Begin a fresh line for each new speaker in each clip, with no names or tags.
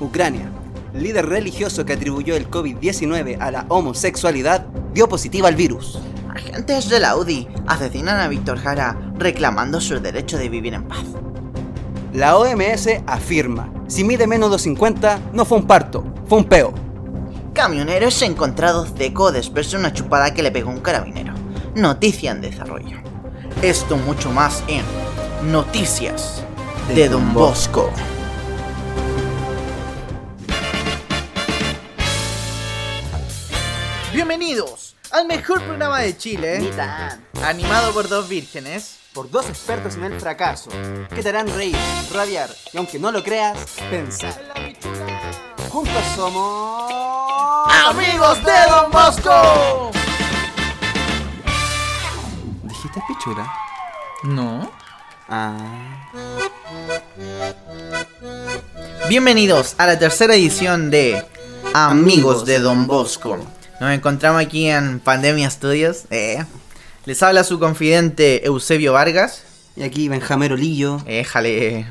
Ucrania, líder religioso que atribuyó el COVID-19 a la homosexualidad, dio positiva al virus.
Agentes de la UDI asesinan a Víctor Jara reclamando su derecho de vivir en paz.
La OMS afirma, si mide menos 250, no fue un parto, fue un peo.
Camioneros encontrados deco después de una chupada que le pegó un carabinero. Noticia en desarrollo. Esto mucho más en Noticias de, Don Bosco.
Bienvenidos al mejor programa de Chile, animado por dos vírgenes.
Por dos expertos en el fracaso, que te harán reír, rabiar y aunque no lo creas, pensar. Juntos somos...
Ah. ¡Amigos de Don Bosco!
¿Dijiste pichula?
No.
Ah.
Bienvenidos a la tercera edición de Amigos de Don Bosco. Nos encontramos aquí en Pandemia Studios. eh. Les habla su confidente Eusebio Vargas.
Y aquí Benjamero Lillo.
Éjale.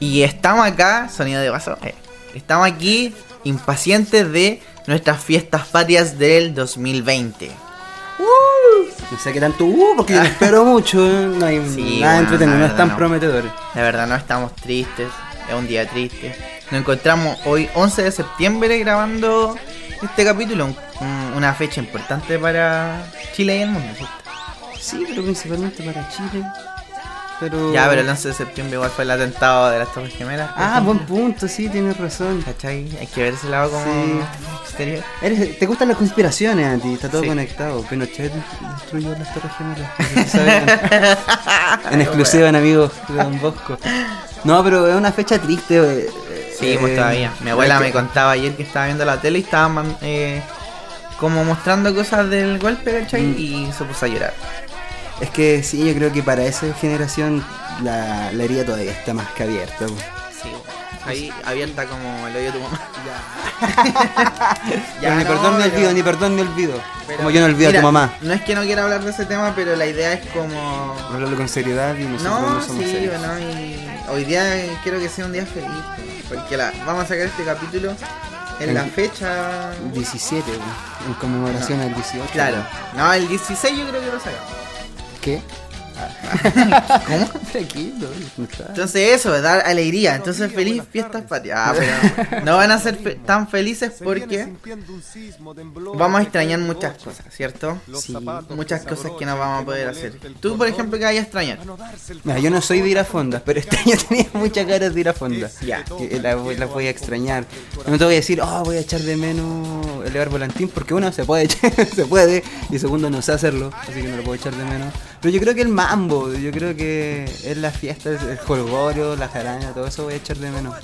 Y estamos acá, sonido de vaso. eh. Estamos aquí impacientes de nuestras fiestas patrias del 2020.
No sé qué tanto... Uh, porque yo no espero mucho. eh. No hay
Sí,
nada
bueno,
entretenido,
la
no es
verdad
tan
no.
prometedor.
La verdad no estamos tristes, es un día triste. Nos encontramos hoy 11 de septiembre grabando este capítulo, un- un- una fecha importante para Chile y el mundo. ¿cierto?
Sí, pero principalmente para Chile. Pero...
Ya, pero el 11 de septiembre igual fue el atentado de las Torres Gemelas. por
Ah,
ejemplo.
buen punto, sí, tienes razón.
¿Cachai? Hay que ver ese lado como
Sí.
exterior.
Eres- ¿Te gustan las conspiraciones a ti? Está todo
Sí.
conectado. Pinochet destruyó las Torres Gemelas. en exclusiva en Amigos de Don Bosco. No, pero es una fecha triste. eh,
Sí,
eh,
pues todavía. Mi abuela
que-
me contaba ayer que estaba viendo la tele y estaba man- eh, como mostrando cosas del golpe, ¿cachai?
Mm.
Y se puso a llorar.
Es que sí, yo creo que para esa generación la, la herida todavía está más que abierta. pues.
Sí, ahí abierta como el odio de tu mamá. Ya.
Pero ni perdón ni
no,
olvido,
yo-
ni perdón ni olvido.
pero-
Como yo no olvido
Mira,
a tu mamá.
No es que no quiera hablar de ese tema, pero la idea es como.
Hablarlo con seriedad y nosotros no,
No,
somos
sí,
serios.
bueno, y hoy día quiero que sea un día feliz, ¿no? porque la, vamos a sacar este capítulo en la
El-
fecha...
17, pues, en conmemoración
No.
al 18.
Claro, no, el 16 yo creo que lo sacamos.
¿Qué?
¿Cómo?
Tranquilo, no está.
Entonces eso, dar alegría, entonces feliz fiestas patrias. Ah, pero no van a ser fe- tan felices porque vamos a extrañar muchas cosas, ¿cierto?
Sí,
Muchas cosas que no vamos a poder hacer. Tú, por ejemplo, que vayas a extrañar.
Mira, yo no soy de ir a fondas, pero este año tenía muchas ganas de ir a fondas.
Eh, Ya.
Que la, voy- la voy a extrañar. No te voy a decir, oh, voy a echar de menos elevar volantín, porque uno se puede, echar- se puede, y segundo no sé hacerlo, así que no lo puedo echar de menos. Pero yo creo que el mambo, yo creo que es la fiesta, es el jolgorio, la jarana, todo eso voy a echar de menos.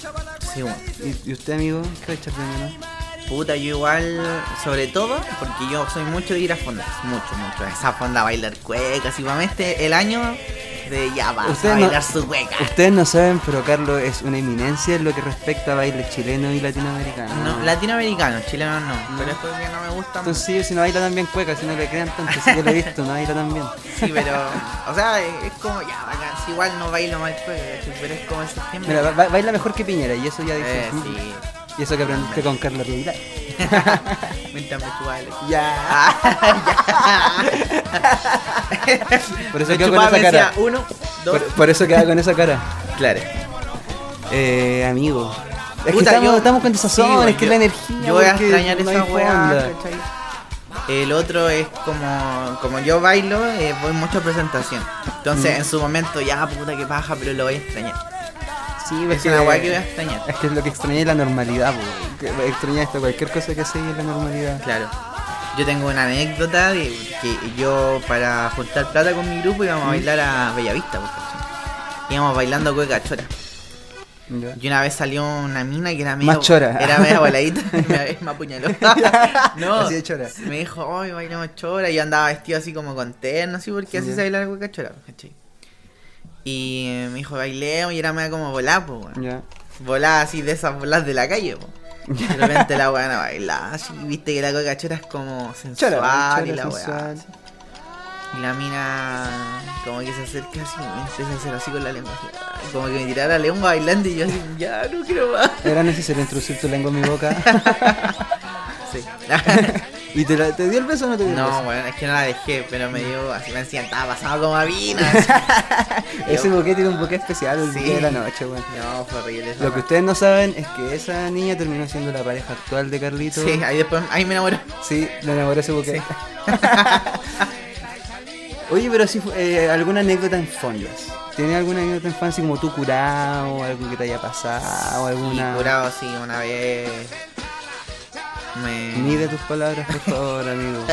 Sí, bueno.
¿Y, y usted, amigo, qué va a echar de menos?
Puta, yo igual, sobre todo, porque yo soy mucho de ir a fondas, mucho, mucho. Esa fonda a bailar cuecas, y para mí este, el año de ya vas
Usted
a
no-
bailar su cueca.
Ustedes no saben, pero Carlos es una eminencia en lo que respecta a baile chileno y latinoamericano.
No, latinoamericano, chileno no, pero esto que no me gusta mucho.
Entonces sí, si no baila tan bien cueca, si no le crean tanto, si yo lo he visto, no baila tan bien.
Sí, pero, o sea, es es como, ya, bacán, si igual no bailo mal cueca, ¿cachai? pero es como en septiembre.
Mira, ba- ba- baila mejor que Piñera y eso ya dije. Mm.
eh, sí,
Y eso que aprendiste con Carlos Rubilar.
mientras me chupa el-
Ya. Por eso
Me
quedo con
chupaba,
esa
me decía,
cara.
uno, dos,
Por, por eso queda con esa cara.
claro.
Eh, amigo. Es que
Puta,
estamos,
yo-
estamos con
sí,
desazón,
bueno,
es que
yo-
la energía.
Yo voy a
porque
extrañar
no hay
esa weá,
fonda.
¿cachai? El otro es como, como yo bailo, eh, voy mucho a presentación. Entonces, en su momento, ya puta que paja, pero lo voy a extrañar.
Mm. Sí,
Es
porque-
una weá que voy a extrañar.
Es que es lo que extrañé es la normalidad, po. Que- Extrañé esto, cualquier cosa que hacéis es la normalidad.
Claro. Yo tengo una anécdota de que yo, para juntar plata con mi grupo,
¿Mm?
íbamos a bailar a Bellavista, pues, ¿cachai? Íbamos bailando cueca chora.
Ya.
Y una vez salió una mina que era medio.
Más chora.
Era medio voladita y una vez me apuñaló. no.
Así de chora.
Me dijo, hoy bailamos chora. Y yo andaba vestido así como con terno, así, porque así
Ya.
se baila la cueca chora, ¿cachai? Y eh, me dijo, bailemos. Y era medio como volá, pues, weón.
Ya.
Volá así de esas volás de la calle, po. De repente la weá bailaba así. Viste que la cueca chora es como sensual
Chora,
y
chora
la weá.
sensual.
así. Y la mina como que se acerca así, y empieza a hacer así con la lengua. así, ay, como que me tirara la lengua bailando y yo así, ya no quiero más.
Era necesario introducir tu lengua en mi boca.
Sí.
¿Y te, la- te dio el beso o no te dio el
No,
beso?
bueno, es que no la dejé, pero me dio así, me decían, estaba pasado como a vino.
Ese boquete era un boquete especial el
Sí.
día de la noche, weón.
No, fue horrible. esa
Lo que
wea.
ustedes no saben es que esa niña terminó siendo la pareja actual de Carlito.
Sí, ahí después, ahí me enamoré.
Sí, lo enamoró ese boquete. Oye, pero sí, eh, alguna anécdota en fondas. ¿Tienes alguna anécdota en fancy como tú curado, algo que te haya pasado, alguna...
Y curado así una vez. Me...
Mide tus palabras, por favor, amigo.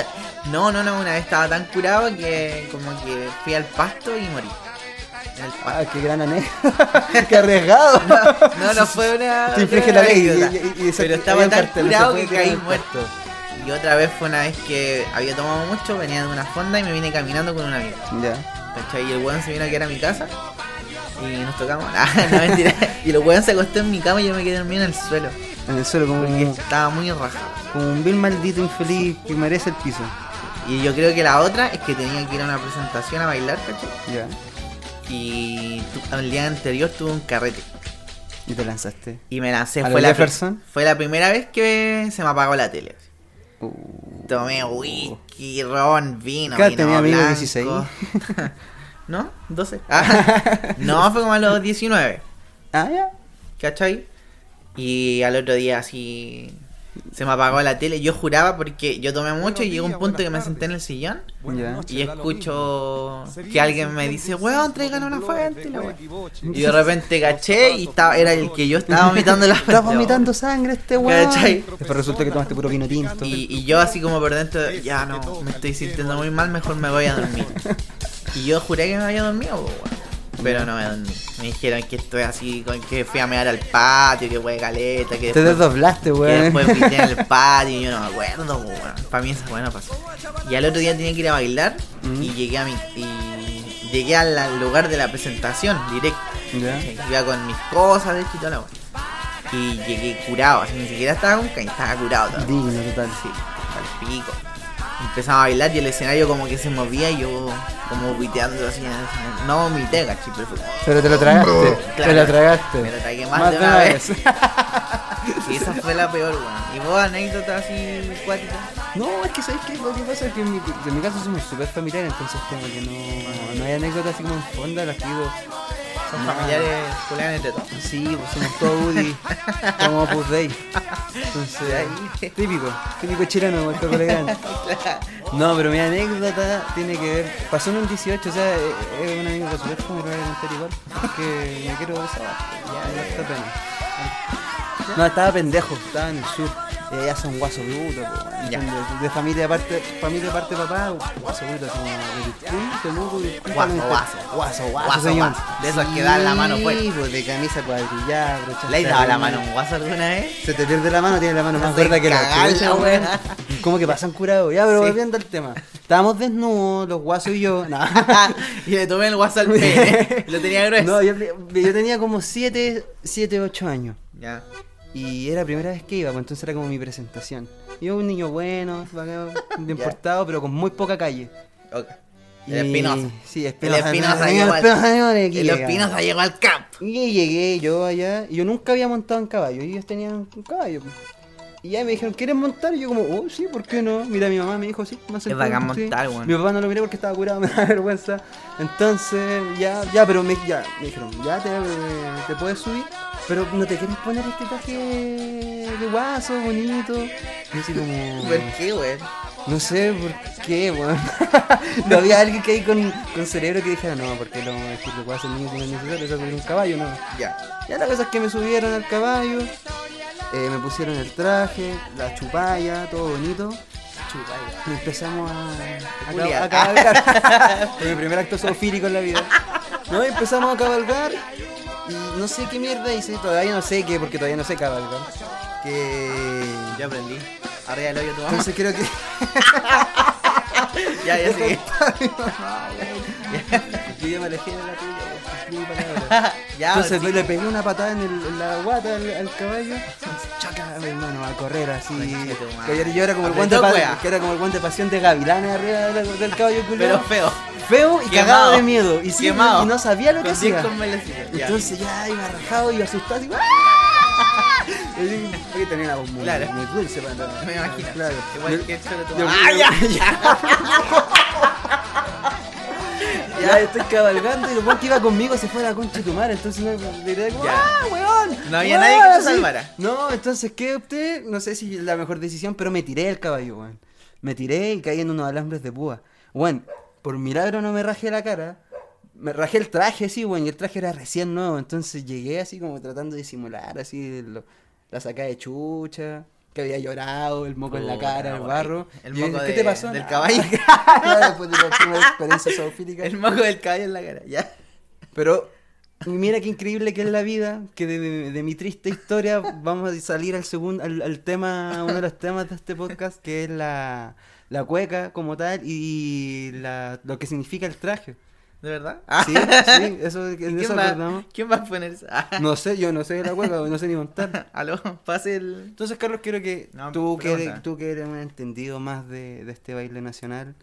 No, no, no, una vez estaba tan curado que como que fui al pasto y morí. En el pasto.
Ah, qué gran anécdota. qué arriesgado.
No, no fue una.
Te inflige
una
la ley.
anécdota.
y- y- y-
Pero
había
estaba
un
tan
cartel, no se
curado
puede
que
tirar
caí
al
muerto.
pasto.
Y otra vez fue una vez que había tomado mucho, venía de una fonda y me vine caminando con una amiga.
Ya.
¿Cachai? Y el weón se vino a quedar a mi casa y nos tocamos. Ah, no, mentira. Y el weón se acostó en mi cama y yo me quedé dormido en el suelo.
En el suelo, como,
Porque
un-
estaba muy rajado.
como un vil maldito infeliz que merece el piso.
Y yo creo que la otra es que tenía que ir a una presentación a bailar, ¿cachai?
Ya.
Y tu- el día anterior tuve un carrete.
Y te lanzaste.
Y me lancé.
¿A
Fue
lo
la, pri-
Jefferson?
fue la primera vez que se me apagó la tele.
Uh,
Tomé whisky, ron, vino.
Claro,
vino
tenía amigo
blanco.
16.
¿No? 12. Ah, no, fue como a los 19.
Ah, ya.
¿Cachai? Y al otro día así se me apagó la tele. Yo juraba porque yo tomé mucho y llegó un punto que me senté en el sillón
Ya.
y escucho que alguien me dice, weón, traigan una fuente. la wea". Y
Y
de repente caché y estaba, era el que yo estaba vomitando la
Estás vomitando sangre este weón.
¿Cachai?
Después resulta que tomaste puro vino tinto.
Y, y yo así como por dentro, ya no, me estoy sintiendo muy mal, mejor me voy a dormir. Y yo juré que me había dormido, po, weón. pero no me dormí. Me dijeron que estoy así, con que fui a mear al patio, que fue caleta, que
Te
después-
desdoblaste,
Que
weón.
después pité en el patio y yo no me acuerdo, pues, bueno, para mí esa buena pasó. Y al otro día tenía que ir a bailar
Mm.
y llegué a mi, y llegué al al lugar de la presentación directo.
Ya.
¿cachai? Iba con mis cosas, de hecho y toda la wea. Y llegué curado, así, ni siquiera estaba con caña, estaba curado todo.
Digno, total.
Sí, al pico. Empezaba a bailar y el escenario como que se movía y yo como viteando así en el escenario. No vomité, cachai, pero fue-
Pero te lo tragaste.
Claro.
te lo tragaste.
Me lo tragué más de
de
una vez. Y esa fue la peor, weón. ¿Y vos anécdota así cuática?
No, es que sabes que lo que pasa es que en mi, en mi caso somos súper familiares, entonces como que no, no hay anécdotas así como en fonda, las digo.
Son
No.
familiares culean entre todos.
Sí, pues somos todos Woody, como Opus Dei. Entonces, típico, típico chileno, vuelto colega. No, pero mi anécdota tiene que ver. Pasó en un 18, o sea, eh, es una anécdota súper fome, pero voy a contar igual. Que me quiero besar. Ya, no está pena. No, estaba pendejo, estaba en el sur. Y allá son guasos brutos, po, weón.
Ya.
Son de, de familia de parte, familia de parte de papá, guasos brutos, como de Virtún, Temuco, Virtún,
Guaso,
Temuco.
guaso.
guaso, guaso,
Guaso,
señor.
guaso. De esos que dan la mano fuerte.
Sí, pues, de camisa cuadrillada, brocha.
¿Le has dado la mano a un guaso alguna vez?
Se te pierde la mano, tiene la mano más
Hacen
gorda que la
cagar
chucha,
la
weón.
wea.
Como que pasan curado. Ya, pero
Sí.
volviendo al tema. Estábamos desnudos, los guasos y yo. No,
y le tomé el guaso al pene. Lo tenía grueso.
No, yo, yo tenía como 7, 7, 8 años.
Ya.
Y era la primera vez que iba, pues entonces era como mi presentación. Yo un niño bueno, bacán, bien
Ya.
portado, pero con muy poca calle.
Ok.
Y-
El Espinosa.
Sí,
El
Espinosa.
Espinosa
no,
llegó al...
el Espinosa, no, aquí
El
llega.
Espinosa llegó al camp.
Y llegué yo allá, y yo nunca había montado en caballo, y ellos tenían un caballo. Y ya me dijeron, ¿quieres montar? Y yo como, oh, sí, ¿por qué no? Mira, mi mamá me dijo, sí, más
Es bacán montar, weón.
Mi papá no lo miré porque estaba curado, me da vergüenza. Entonces, ya, ya, pero me, ya, me dijeron, ya te, te puedes subir, pero no te quieres poner este traje de guaso, bonito. Y así como...
¿Por qué, weón?
No sé por qué, weón. no había alguien que ahí con, con cerebro que dijera, no, porque lo es que lo puede hacer niño que no es necesario, eso es un caballo, no.
Ya.
Ya la cosa es que me subieron al caballo, eh, me pusieron el traje, la chupalla, todo bonito.
Chupaya.
Y empezamos a, a,
Julia.
cab- a cabalgar. Fue mi primer acto zoofílico en la vida. No, y empezamos a cabalgar y no sé qué mierda hice, todavía no sé qué, porque todavía no sé cabalgar. Que...
Yo aprendí. Arriba del hoyo tu mamá.
Entonces creo que...
ya, ya sigue.
Yo ya me alejé de la tuya, pues, weón, cumplí mi palabra.
ya,
Entonces
sí.
le pegué una patada en, el- en la guata al, al caballo. acá, hermano, a correr así.
Conche tu madre.
Que yo- yo era como el guante
Apretó,
pa-
wea.
que era como el guante pasión de Gavilana arriba del, del caballo
Pero
culiao.
feo.
feo y
Quemado.
cagado de miedo. Y, sí,
Quemado.
y no sabía lo que
Con 10
hacía.
con velocidad. Ya.
Entonces ya iba rajado y asustado y ¡ah! Y así, porque tenía una voz muy,
Claro.
muy dulce para
Me imagino.
Claro.
Igual
Yo-
que el Ah, choro tu
yo-
mamá.
yo- Ya estoy cabalgando y el weón que iba conmigo se fue a la concha de tu madre, entonces no le diría como,
Ya.
¡ah, weón!
No había
weón",
nadie que te
así.
salvara.
No, entonces ¿qué opté? No sé si la mejor decisión, pero me tiré del caballo, weón. Me tiré y caí en unos alambres de púa. Weón, por milagro no me rajé la cara. Me rajé el traje, sí, weón, y el traje era recién nuevo, entonces llegué así como tratando de disimular, así, lo- la sacada de chucha, que había llorado, el moco en la
Puta,
cara, el
weón.
barro.
El
Y yo,
moco
¿Qué
de-
te pasó?
del
Nada.
caballo.
Nada, Después de la primera experiencia zoofílica.
El moco del caballo en la cara. Ya.
Pero mira qué increíble que es la vida, que de, de- de mi triste historia vamos a salir al segundo, al, al tema, uno de los temas de este podcast, que es la, la cueca como tal y la- lo que significa el traje.
¿De verdad? Ah.
Sí, sí, eso,
¿Y
en
¿Quién,
eso
va,
acordamos.
¿Quién va a poner eso? Ah.
No sé, yo no sé de la cueca, no sé ni montar.
Aló, pase el.
Entonces, Carlos, quiero que
No,
tú, que
pregunta.
eres, tú que eres un entendido más de, de este baile nacional,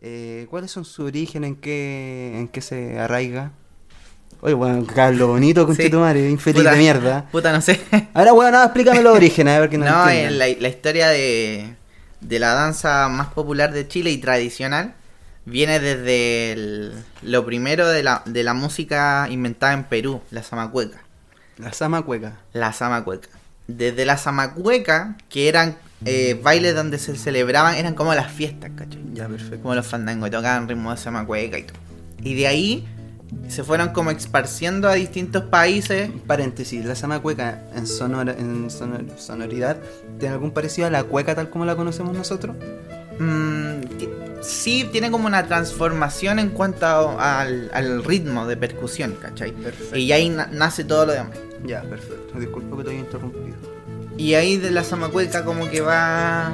eh, ¿cuáles son su origen? ¿En qué, en qué se arraiga? Oye, bueno, Carlos, bonito, con tu madre, infeliz
Puta-
de mierda.
Puta, no sé.
Ahora, bueno, nada, explícame los orígenes, a ver que no,
No, eh,
entienden.
la, la historia de, de la danza más popular de Chile y tradicional viene desde el- lo primero de la, de la música inventada en Perú, la zamacueca.
La sama cueca.
La zamacueca. Desde la zamacueca, que eran eh, bailes donde se celebraban, eran como las fiestas, ¿cachai?
Ya, perfecto.
Como los fandangos, y tocaban ritmos de zamacueca y todo. Y de ahí se fueron como esparciendo a distintos países.
Paréntesis, la sama cueca en, sonora, en sonor- sonoridad, ¿tiene algún parecido a la cueca tal como la conocemos nosotros?
Mm, ti- sí, tiene como una transformación en cuanto a- al, al ritmo de percusión, ¿cachai?
Perfecto.
Y ahí na- nace todo lo demás.
Ya, perfecto. Disculpa que te haya interrumpido.
Y ahí de la zamacueca como que va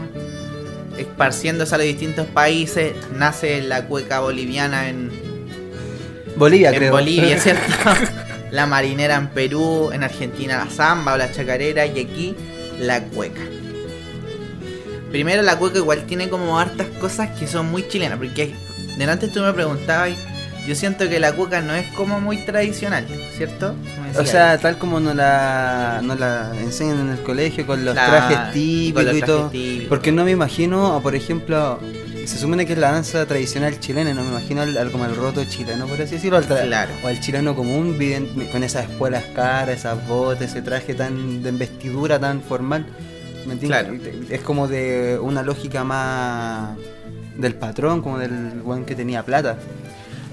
esparciéndose a los distintos países, nace la cueca boliviana en,
Bolivia,
en
creo.
Bolivia, ¿cierto? la marinera en Perú, en Argentina la samba o la chacarera y aquí la cueca. Primero la cueca igual tiene como hartas cosas que son muy chilenas, porque delante tú me preguntabas, yo siento que la cueca no es como muy tradicional, ¿cierto? Me
O
decías.
sea, tal como nos la, nos la enseñan en el colegio con los
La-
trajes típicos
con los
y
trajes
todo.
típicos.
Porque no me imagino, por ejemplo, se supone que es la danza tradicional chilena, no me imagino al, al- como al roto chileno, por así decirlo, al tra-
Claro.
o al chilano común, bien- con esas espuelas caras, esas botas, ese traje tan de investidura tan formal. ¿Me entiendes? Es como de una lógica más del patrón, como del buen que tenía plata.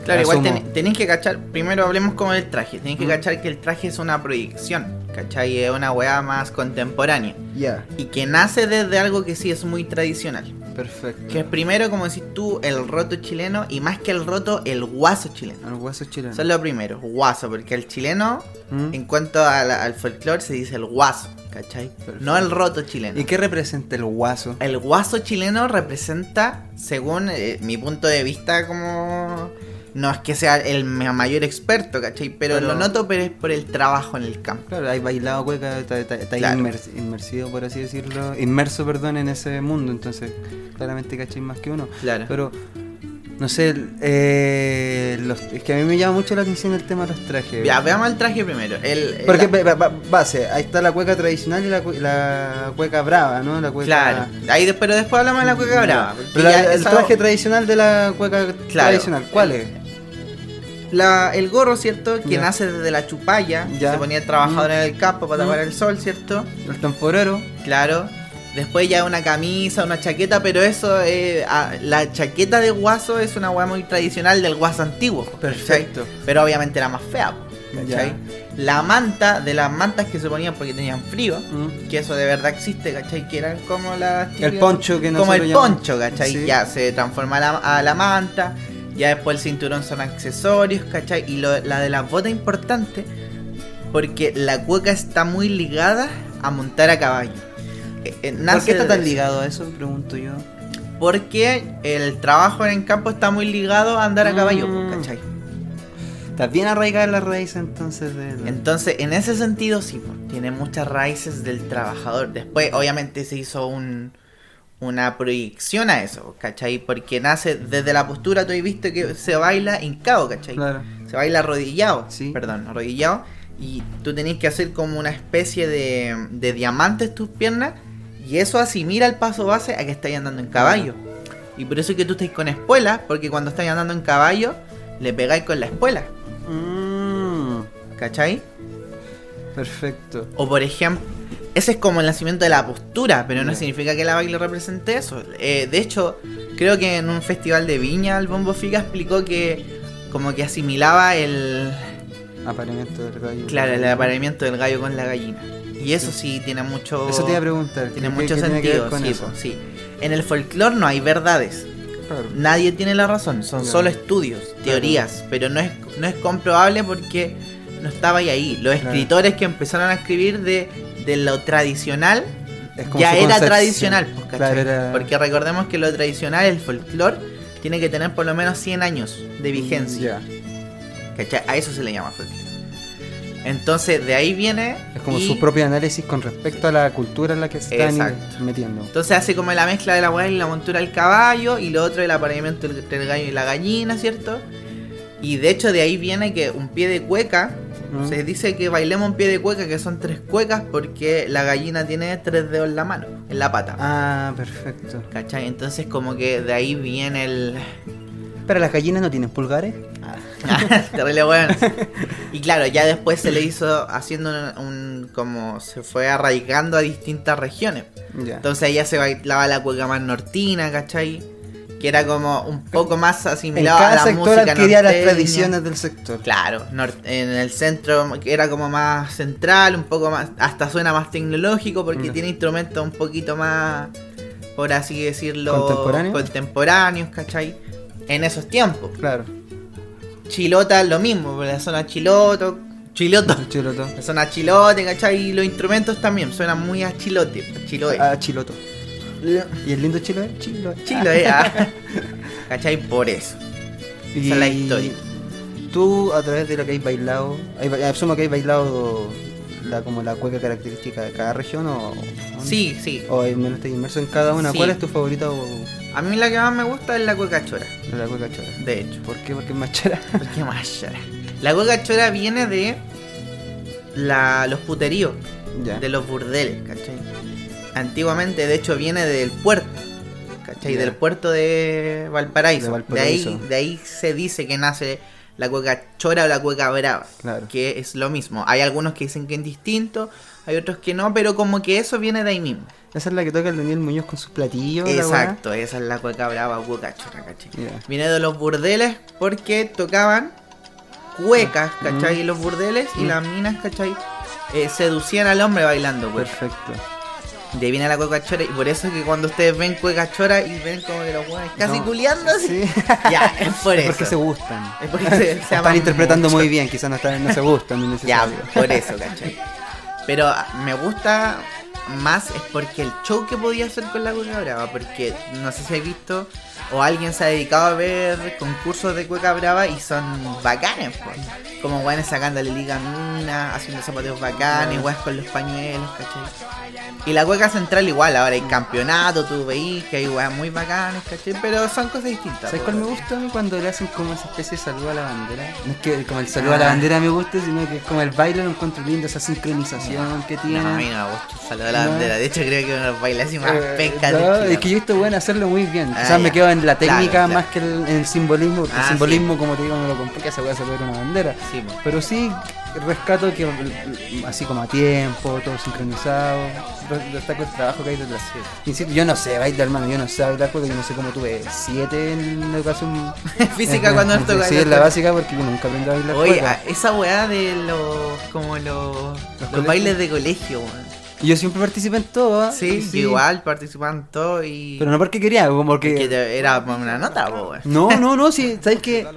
Claro, igual
Asumo.
ten- tenéis que cachar, primero hablemos como del traje, tenéis que
Mm.
cachar que el traje es una proyección, ¿cachai? Es una weá más contemporánea.
Ya,
Y que nace desde algo que sí es muy tradicional.
perfecto.
Que es primero, como decís tú, el roto chileno y más que el roto, el guaso chileno.
Al hueso chileno.
Eso es lo primero, guaso, porque el chileno,
Ah. ¿Mm?
en cuanto a la- al folclore, se dice el guaso, ¿cachai?
Perfecto.
No el roto chileno.
¿Y qué representa el guaso?
El guaso chileno representa, según eh, mi punto de vista, como... No es que sea el ma- mayor experto, ¿cachai? Pero,
Pero-
lo noto, pero es por el trabajo en el campo.
Claro, hay bailado cueca, está, está- está
Claro.
inmers- inmersivo, por así decirlo, inmerso, perdón, en ese mundo, entonces claramente cachai más que uno.
Claro.
Pero, no sé, el- eh, los- es que a mí me llama mucho la atención el tema de los trajes.
Ya, veamos el traje primero. El, el-
Porque, ba- ba- base, ahí está la cueca tradicional y la, cue- la cueca brava, ¿no? La cueca...
Claro, ahí de- pero después hablamos de la cueca brava. porque
Pero la-
ya
el
esa-
traje tradicional de la cueca tradicional, ¿cuál es?
Eh, la- el gorro, ¿cierto? Que
Ya.
nace desde la chupalla,
Ya.
se ponía el trabajador en el campo para
Mm.
tapar el sol, ¿cierto?
El tamporero.
Claro. Después ya una camisa, una chaqueta, pero eso, eh, a- la chaqueta de guaso es una weá muy tradicional del guaso antiguo. ¿cachai?
Perfecto.
Pero obviamente era más fea, ¿cachai?
Ya.
La manta, de las mantas que se ponían porque tenían frío,
¿Mm?
que eso de verdad existe, ¿cachai? Que eran como las
El
típicas-
poncho que no
como el poncho, ¿cachai?
Sí.
Ya se transforma a la, a la manta, ya después el cinturón son accesorios, ¿cachai? Y lo- la de las botas importante, porque la cueca está muy ligada a montar a caballo. Eh, eh,
¿Por
nace
qué está
desde
tan
eso.
ligado a eso? Pregunto yo.
Porque el trabajo en el campo está muy ligado a andar a caballo,
Mm.
¿cachai?
está bien arraigada en las raíces entonces del...
Entonces, en ese sentido, sí, po, tiene muchas raíces del trabajador. Después, obviamente, se hizo un, una proyección a eso, ¿cachai? Porque nace desde la postura, tú has visto que se baila hincado, ¿cachai?
Claro.
Se baila arrodillado,
Sí.
perdón, arrodillado. Y tú tenés que hacer como una especie de, de diamantes tus piernas. Y eso asimila el paso base a que estáis andando en caballo. Y por eso es que tú estáis con espuelas, porque cuando estáis andando en caballo, le pegáis con la espuela,
Mm,
¿cachai?
perfecto.
O por ejemplo, ese es como el nacimiento de la postura, pero no significa que la baile represente eso. Eh, de hecho, creo que en un festival de viña el Bombo Fica explicó que como que asimilaba el,
Apareamiento del gallo.
claro, el apareamiento del gallo con la gallina. Y eso sí tiene mucho
Eso te iba a preguntar.
tiene
¿qué-
mucho
qué tiene que ver
sentido,
con
sí,
eso?
po, sí. En el folclore no hay verdades.
Claro.
Nadie tiene la razón, son
Claro.
solo estudios, teorías, pero no es, no es comprobable porque no estaba ahí, ahí. Los
Claro.
escritores que empezaron a escribir de, de lo tradicional
Es como
ya
su
era
concepción.
tradicional, pues, ¿cachai?
Claro, era-
porque recordemos que lo tradicional, el folclore, tiene que tener por lo menos 100 años de vigencia.
Ya,
¿cachai? A eso se le llama folclore. Entonces de ahí viene...
Es como
y-
su propio análisis con respecto a la cultura en la que se están
Exacto.
metiendo.
Entonces hace como la mezcla de la weá y la montura del caballo y lo otro el apareamiento entre el gallo y la gallina, ¿cierto? Y de hecho de ahí viene que un pie de cueca,
Mm.
se dice que bailemos un pie de cueca, que son tres cuecas, porque la gallina tiene tres dedos en la mano, en la pata.
Ah, perfecto.
¿Cachai? Entonces como que de ahí viene el...
Pero las gallinas no tienen pulgares.
Terrible weón. Y claro, ya después se le hizo haciendo un, un- como se fue arraigando a distintas regiones.
Ya.
Entonces ella se bailaba la cueca más nortina, ¿cachai? Que era como un poco más
En
asimilada a
cada
la
sector
música
adquiría las
norteña.
tradiciones del sector.
Claro, nor- en el centro que era como más central, un poco más, hasta suena más tecnológico porque
Mm.
tiene instrumentos un poquito más, por así decirlo,
¿Contemporáneos?
contemporáneos, ¿cachai? En esos tiempos.
Claro.
Chilota lo mismo, la zona chiloto, chiloto,
El chiloto.
la zona chilote, ¿cachai? Y los instrumentos también suenan muy a chilote, chiloe.
Ah, chiloto. ¿Y el lindo chilo? Chilo.
Chiloe, ah. ¿cachai? Por eso.
Y
Esa es la historia.
Tú, a través de lo que has bailado, hay ba- asumo que has bailado la, como la cueca característica de cada región o. o-
Sí, sí.
O al menos estás inmerso en cada una.
Sí.
¿Cuál es tu favorita o o
A mí la que más me gusta es la cueca chora,
la cueca chora?
de hecho.
¿Por qué? Porque es más chora.
¿Por qué más chora? La cueca chora viene de la, los puteríos,
ya.
de los burdeles, ¿cachai? Antiguamente, de hecho, viene del puerto, ¿cachai?
Ya.
Del puerto de Valparaíso.
De
De,
Valparaíso.
ahí, de ahí se dice que nace la cueca chora o la cueca brava,
Claro.
que es lo mismo. Hay algunos que dicen que es distinto, hay otros que no, pero como que eso viene de ahí mismo.
Esa es la que toca el Daniel Muñoz con sus platillos. la weá.
Exacto, esa es la cueca brava o cueca chora, ¿cachai?
Ya.
Viene de los burdeles porque tocaban cuecas,
Mm.
¿cachai? Y los burdeles y las minas, ¿cachai? Eh, seducían al hombre bailando, pues.
Perfecto.
De ahí viene la cueca chora y por eso es que cuando ustedes ven cueca chora y ven como que los hueones casi
No.
culiando así.
Sí.
Ya, es por
Es
eso.
porque se gustan.
Es porque se- se
Están
aman
interpretando
mucho.
muy bien, quizás no, están- no se gustan. no es
Ya,
necesario.
por eso, ¿cachai? Pero ah, me gusta más es porque el show que podía hacer con la cueca brava, porque no sé si has visto o alguien se ha dedicado a ver concursos de cueca brava y son bacanes, pues. Como guanes sacándole liga a mina, haciendo zapateos
Ah.
bacanes, guanes con los pañuelos, ¿cachai? Y la cueca central igual, ahora hay campeonato, tú veis que hay guanes muy bacanes, ¿cachai? Pero son cosas distintas.
¿Sabes
pues,
cuál me
¿cachai?
gusta a mí cuando le hacen como esa especie de saludo a la bandera? No es que como el saludo a la
Ah.
bandera me guste, sino que es como el baile lo encuentro lindo, esa sincronización que tiene.
No, a mí no me gusta el saludo de la
No.
bandera. De hecho, creo que uno de los bailes así más
Eh,
pencas
no,
de Chile.
es que yo esto bueno hacerlo muy bien.
Ah,
Quizás me
ya.
quedo en la técnica
Claro, claro.
más que el- en el simbolismo, porque el
Ah,
simbolismo, como te digo, no lo complica, se puede saludo con una bandera.
Sí, mo.
Pero sí rescato que mm, así como a tiempo, todo sincronizado, re- destaco el trabajo que hay detrás. Insisto, yo no sé bailar, hermano, yo no sé bailar porque yo no sé cómo tuve siete en la educación
Física cuando nos toca.
Sí, es la básica porque yo nunca aprendí a bailar
Oye, ah,
cueca.
a- esa weá de los. como los. los,
colegios.
bailes de colegio, weón.
Y Yo siempre participé en todo, ¿ah?
Sí,
Sí.
igual participaban todos y.
Pero no porque quería, como porque...
que te- era por una nota, po, weón.
No, no, no, sí, ¿sabes qué?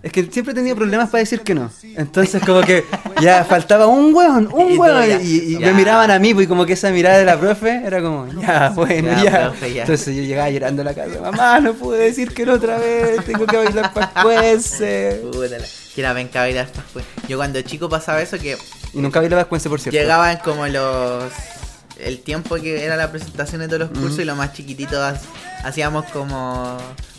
Es que siempre he tenido problemas para decir que no. Entonces como que ya faltaba un hueón,
Y
un
tú
hueón.
ya,
Y, y
ya.
me miraban a mí, pues, y como que esa mirada de la profe era como, ya, bueno,
Ya,
ya.
profe, ya.
Entonces yo llegaba llorando a la casa, mamá, no pude decir que no otra vez, tengo que bailar para jueces.
Puta la- Que la penca bailar estas cuen- Yo cuando chico pasaba eso que
Y nunca vi la Vascuence, por cierto.
llegaban como los. El tiempo que era la presentación de todos los cursos y los más chiquititos ha- hacíamos como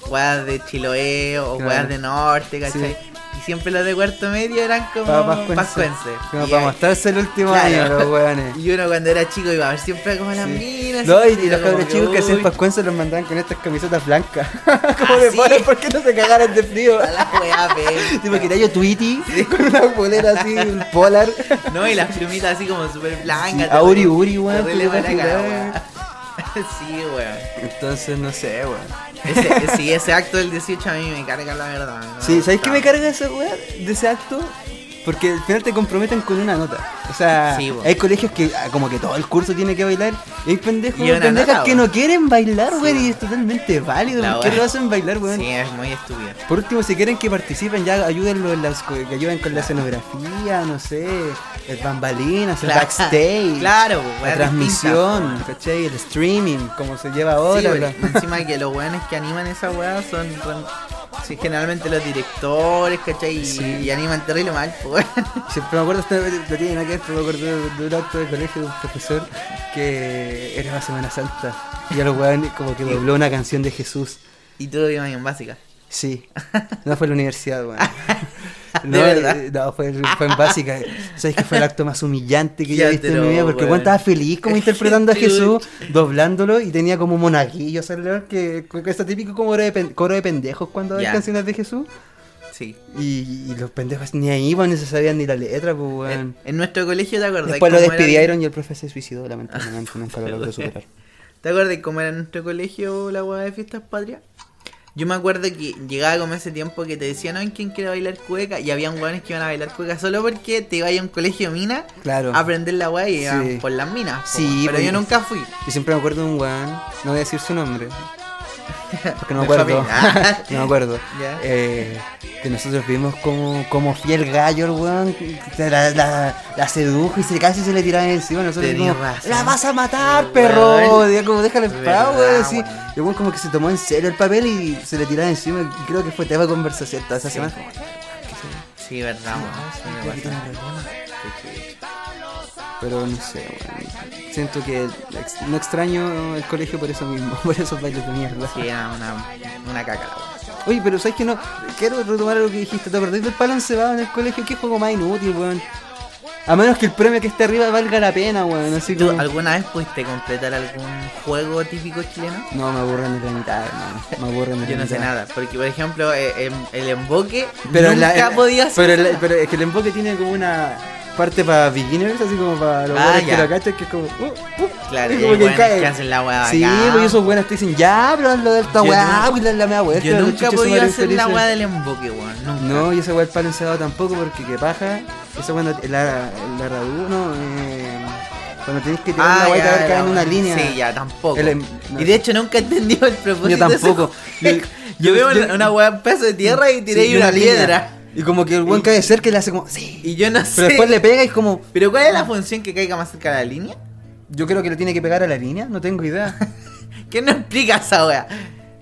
weas de Chiloé o
Claro.
weas de Norte, ¿cachai? Y siempre los de cuarto medio eran como
Pa- Pascuense.
pascuenses.
Como
Y
para
ahí-
mostrarse el último
Claro.
año, los weones.
Y uno cuando era chico iba a ver siempre como las
Sí.
minas.
No, y,
siempre
y los
era como
cabros chicos que hacían
uy, Ah,
pascuense los mandaban con estas camisetas blancas. como de
sí?
ponen, ¿por qué no se cagaran de frío?
a la wea, pe.
¿Te imaginas yo Tweety con una polera así, un polar?
No, y las plumitas así como súper blancas.
Sí, Auri Uri, weón,
terrible
puta
maraca,
la
weón. Sí, weón.
Entonces, no sé, weón.
Ese, sí, ese acto del 18 a mí me carga la verdad. no me
Sí, ¿sabéis qué me
gusta.
carga esa weá de ese acto? Porque al final te comprometen con una nota. O sea,
Sí, weón.
hay colegios que ah, como que todo el curso tiene que bailar. Y hay pendejos,
Y una
pendejas
nota,
que
weón.
no quieren bailar,
Sí,
weón. Y
weón.
es totalmente válido.
La
¿Por qué
weá.
lo hacen bailar, weón?
Sí, es muy estúpido.
Por último, si quieren que participen, ya ayúdenlo en las, co- que ayuden con la escenografía, no sé, el bambalinas, el
Claro.
backstage,
Claro, pues,
la
weas
transmisión, ¿cachai? El streaming, como se lleva
Sí,
ahora.
güey,
la-
encima que los weones que animan esa weá son, son- sí, generalmente los directores, ¿cachai? Y,
Sí.
y animan terrible mal, pues.
Siempre me acuerdo, esta- no tiene nada que ver, pero me acuerdo de- de un acto de colegio de un profesor que era la Semana Santa y a los weones como que dobló una canción de Jesús.
Y todo iba bien básica.
Sí, no fue en la universidad, weón.
¿De
No,
verdad?
eh, no, fue, fue en básica. ¿Sabes que fue el acto más humillante que yo he visto en mi vida?
Quédatelo,
Porque
weón.
Juan estaba feliz como interpretando a Jesús, doblándolo y tenía como monaguillo alrededor, que, que está típico como coro de, pen- coro de pendejos cuando hay
Ya.
canciones de Jesús.
Sí.
Y, y los pendejos ni ahí iban, ni se sabían ni la letra, pues, weón.
En, en nuestro colegio, ¿te acordás?
Después lo
Eh, cómo era- Ah.
despidieron y el profe se suicidó, lamentablemente, nunca lo logró
perdón.
superar.
¿Te acuerdas cómo era nuestro colegio la hueá de fiestas patrias? Yo me acuerdo que llegaba como ese tiempo que te decían, no, ¿quién quiere bailar cueca? Y habían hueones que iban a bailar cueca solo porque te ibas a un colegio mina
Claro.
a aprender la hueá y iban
Sí.
por las minas. po,
Sí,
pero
pues.
yo nunca fui.
Yo siempre me acuerdo de un weón, no voy a decir su nombre, porque no me
De
acuerdo.
familia.
no me acuerdo.
Ah. Ya.
Eh, que nosotros vimos como, como fiel gallo el weón, que la, la, la sedujo y se, casi se le tiraba encima. Nosotros
Tenía
como,
razón.
la vas a matar,
Weón.
perro. Y era como déjale en paz,
Verdad,
weón. así.
weón.
Y el weón como que se tomó en serio el papel y se le tiraba encima. Y creo que fue tema de conversación toda esa
Sí.
semana.
Sí, verdad, hueón, sí me
Creo que
pasó.
tiene problemas. Pero no sé, weón. Siento que ex- no extraño el colegio por eso mismo, por esos bailes de mierda.
Sí, era una, una caca la hueá.
Oye, pero sabes que no, quiero retomar lo que dijiste, ¿te acordás del palo encebado en el colegio? ¿Qué juego más inútil, weón? A menos que el premio que esté arriba valga la pena, weón. Así
¿Tú
como-
alguna vez pudiste completar algún juego típico chileno?
No, me aburren de la mitad, hermano. Me aburren de la
Yo no sé
mitad.
nada, porque por ejemplo eh, em- el emboque
Pero
nunca
la, eh,
podías
pero, la- pero es que el enfoque tiene como una parte para beginners, así como para los
Ah,
buenos que
ya.
lo cachan, que es como. uh, uh,
Claro,
y
y
como
hay
que
buenas
cae.
que hacen la weá
Sí,
bacán.
pues esos buenos te dicen, ya, pero hazlo de esta
Yo
weá,
nu-
pues la media vuelta.
Yo
los
nunca he
chuchos
podido
son
hacer la
felices.
weá del emboque, weón. Nunca.
No, y esa weá el palo encebado tampoco, porque que paja. Esa cuando te- la, la radú, no, eh, cuando tenés que tirar
Ah,
la weá y te
ya,
va a caer
ya,
en una
weón.
línea.
Sí, ya, tampoco.
El em- no.
Y de hecho nunca he entendido el propósito.
Yo
de ese
tampoco. Yo-
juego. Yo,
yo-
veo
yo-
una- una weá en pedazo de tierra y tiré
Sí,
ahí una,
línea.
piedra.
Y como que el buen cae cerca y le hace como, sí.
Y yo no sé.
Pero después le pega y es como,
Pero ¿cuál es la función que caiga más cerca de la línea?
yo creo que le tiene que pegar a la línea, no tengo idea.
¿Qué no explica esa weá?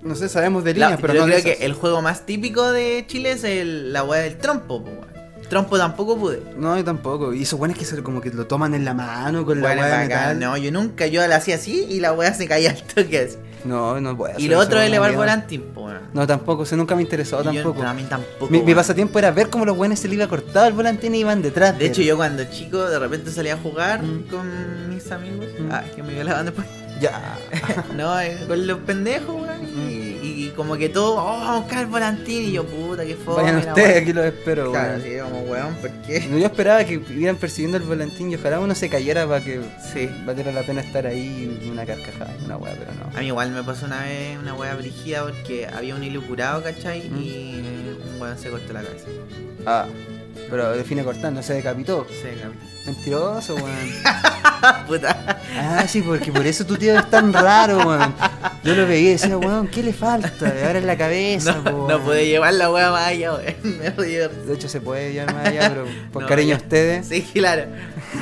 No sé, sabemos de
La-
líneas, pero
yo
no de
creo que
esas.
el juego más típico de Chile es el- la weá del trompo, po, weón. Trompo tampoco pude.
No, yo tampoco. Y esos buenos que se, como que lo toman en la mano con
Bueno,
la weá de
bacán.
metal.
No, yo nunca, yo la hacía así y la weá se caía al toque así.
No, no puedo.
Y
hacer
lo
eso,
otro
me
es
da
elevar
miedo.
volantín, po, weón.
No, tampoco, eso nunca me interesó
Y yo
tampoco.
también tampoco.
Mi, mi
weón.
pasatiempo era ver cómo los buenos se le iba cortado el volantín y iban detrás.
De
él.
hecho, yo cuando chico de repente salía a jugar
Mm.
con mis amigos.
Mm.
Ah, que me violaban después.
Ya.
no, eh, con los pendejos, weón.
Mm.
Y, y como que todo, oh, vamos a buscar el volantín. Y yo, puta, qué foda.
Vayan
la
ustedes,
weá.
aquí los espero,
Claro,
weón.
sí, como weón, ¿por qué?
Yo esperaba que iban persiguiendo el volantín y ojalá uno se cayera para que
Sí.
valiera la pena estar ahí y una carcajada, y una weá, pero no.
A mí igual me pasó una vez una wea brigida porque había un ilucurado, ¿cachai?
Mm.
Y un weón se cortó la cabeza.
Ah, pero define cortando, se decapitó.
Se decapitó.
Mentiroso, weón.
Puta.
Ah, sí, porque por eso tu tío es tan raro, weón. Yo lo veía y decía, weón, ¿qué le falta? Y ahora en la cabeza,
No,
po,
no
weón.
pude llevar la wea más allá, weón. Me río.
De hecho, se puede llevar más allá, pero por
No,
cariño a
ya.
ustedes.
Sí, claro.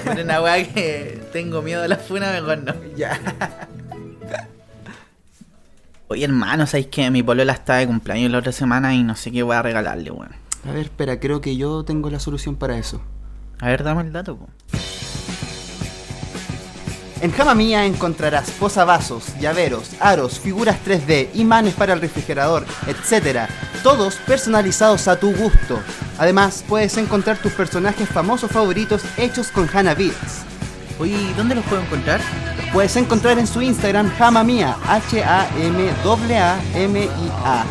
Era una weá que tengo miedo de la funa, mejor no.
Ya.
Oye, hermano, ¿sabéis que mi polola está de cumpleaños la otra semana y no sé qué voy a regalarle, weón?
A ver, espera, creo que yo tengo la solución para eso.
A ver, dame el dato, po.
En Jama Mía encontrarás posavasos, llaveros, aros, figuras 3D, imanes para el refrigerador, etc. Todos personalizados a tu gusto. Además, puedes encontrar tus personajes famosos favoritos hechos con Hana Beats.
Oye, ¿y ¿dónde los puedo encontrar?
Los puedes encontrar en su Instagram Jama Mía, H-A-M-A-M-I-A.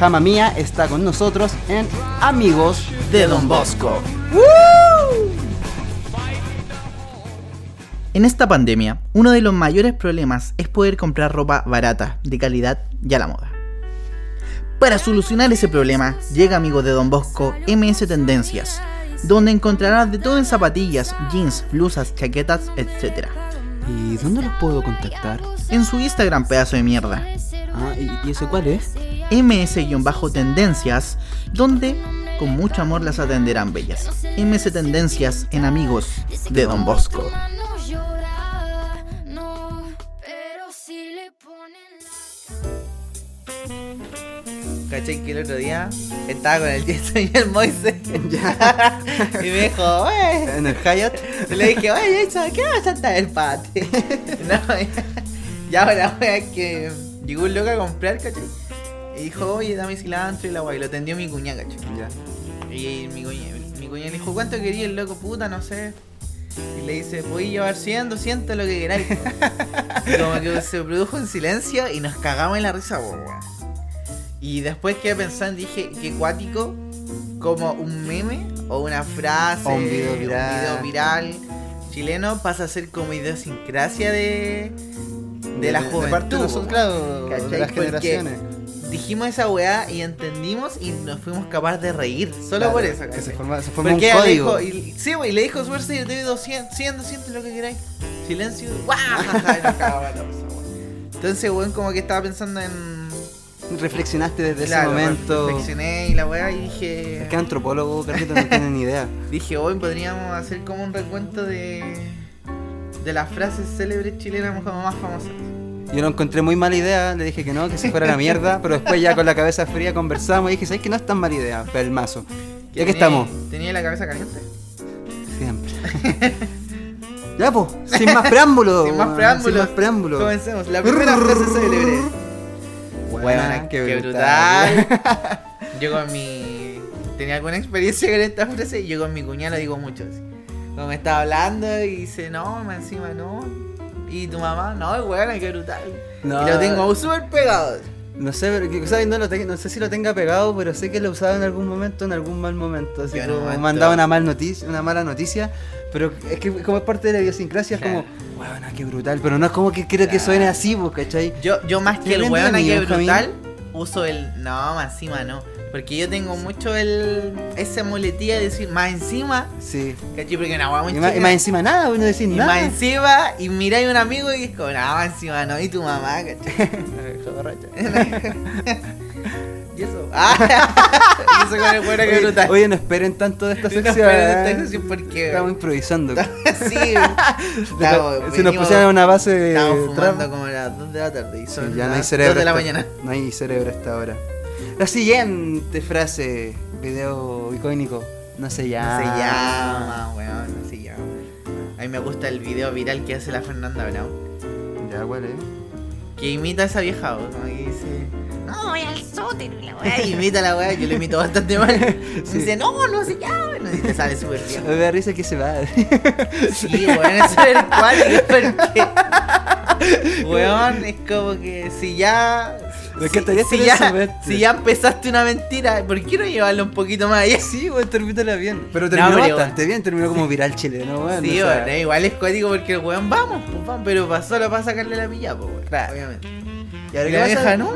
Jama Mía está con nosotros en Amigos de Don Bosco.
En esta pandemia, uno de los mayores problemas es poder comprar ropa barata, de calidad y a la moda. Para solucionar ese problema, llega amigos de Don Bosco MS Tendencias, donde encontrarás de todo en zapatillas, jeans, blusas, chaquetas, etc.
¿Y dónde los puedo contactar?
En su Instagram, pedazo de mierda,
Ah, ¿y, y ese cuál es?
ms-tendencias, donde con mucho amor las atenderán bellas. MS Tendencias en amigos de Don Bosco.
no llorar, no, pero si le ponen
¿Cachai que el otro día estaba con el Jason y el Moise? y me dijo, "Oye".
En el Hyatt.
Y le dije, oye Jason, ¿qué vas a estar el pate? no, y ahora es que llegó un loco a comprar, ¿cachai? Y dijo, oye, dame cilantro y la guay. Lo tendió mi cuñada, ¿cachai?
Ya.
Y mi cuñada, mi cuñada le dijo, ¿cuánto quería el loco puta? No sé. Y le dice, voy llevar 100, 200, lo que queráis. y como que se produjo un silencio y nos cagamos en la risa, po, weón. Y después quedé pensando, dije, qué cuático, como un meme o una frase,
O un video viral.
video viral chileno pasa a ser como idiosincrasia de, de la juventud.
parte de nosotros,
po,
claro, de
¿Cachai?
las
Porque-
generaciones.
dijimos esa weá y entendimos y nos fuimos capaces de reír. Solo
Claro,
por eso,
que se
¿cachai?
forma, se forma un
Porque ella le
código.
dijo, y, sí, güey, le dijo suerte, yo te doy 200, 100, 200, lo que queráis. Silencio, guau, jaja, y nos cagaba la risa, güey. Entonces, weón, como que estaba pensando en.
Reflexionaste desde
Claro,
ese momento.
Reflexioné y la weá y dije.
Es que antropólogo, Carlito, no tiene ni idea.
Dije, hoy podríamos hacer como un recuento de. de las frases célebres chilenas como más famosas.
Yo lo encontré muy mala idea, le dije que no, que se fuera a la mierda, pero después ya con la cabeza fría conversamos y dije, ¿sabes que no es tan mala idea? Pelmazo. Ya que
Tenía-
estamos,
Tenía la cabeza caliente.
siempre. ya, pues, sin más preámbulos.
Sin más
weón,
preámbulos.
Sin más preámbulos.
Comencemos. La primera frase célebre. Buena, qué, brutal. yo con mi. Tenía alguna experiencia con esta frase y yo con mi cuñada lo digo mucho. así. Como me estaba hablando y dice, no, más encima no. Y tu mamá, no, buena, qué brutal.
No.
Y lo tengo súper pegado.
No sé, pero que- ¿sabes? No, lo te- no sé si lo tenga pegado, pero sé que lo usaba en algún momento, en algún mal momento. Así
Yo
como
no aguanto.
mandaba una, mal noticia, una mala noticia, pero es que como es parte de la idiosincrasia, es como, bueno, qué brutal, pero no es como que creo que suene así, pues, ¿cachai?
Yo, yo más que
Yo
el
aprendo
weón
de
aquí
niños, Javi.
brutal, uso el no, más encima no. Porque yo tengo mucho el esa muletilla de decir más encima,
Sí.
¿cachai? Porque una weá muy
Y más, y
chica.
más encima nada, uno decir
Y
nada.
más encima, y miráis a un amigo y es como, no, más encima no, y tu mamá, ¿cachai? y eso. Ah, eso con el bueno que
Oye,
brutal.
Oye, no esperen tanto de esta
No
sección. ¿eh?
esperen esta sección porque-
Estamos improvisando.
sí, estamos-
si nos
venimos-
pusieran una base
Estamos
de
fumando
trap,
como a las 2 de la tarde y son
ya no hay
las
cerebro.
2 de la
hasta-
mañana.
No hay cerebro hasta ahora. La siguiente frase, video icónico. No se
No
llama.
se llama, weón, no se llama. A mí me gusta el video viral que hace la Fernanda Bravo.
Ya huele.
Que imita a esa vieja, weón. Como que dice.
No, voy al sótano y la voy
Ay, imita a la weá, yo le imito bastante mal.
Sí.
Dice, no, no se llama. No, y te sale súper bien.
Me da risa que se va.
Sí, weón, eso es el cual, porque. Weón, es como que si ya.
Me
si-
encantaría
si,
tener esa mente.
ya, si ya empezaste una mentira, ¿por qué no llevarlo un poquito más allá?
sí, bueno, termínala bien. Pero terminó
pero
bastante bien, terminó como viral chileno, bueno.
Sí,
o sea,
bueno, igual es cuático porque el weón, vamos, pues, vamos, pero pasó solo para sacarle la pilla, pues, weón.
Claro.
Obviamente.
¿Y ahora
¿Y
qué
la
pasa?
vieja, no?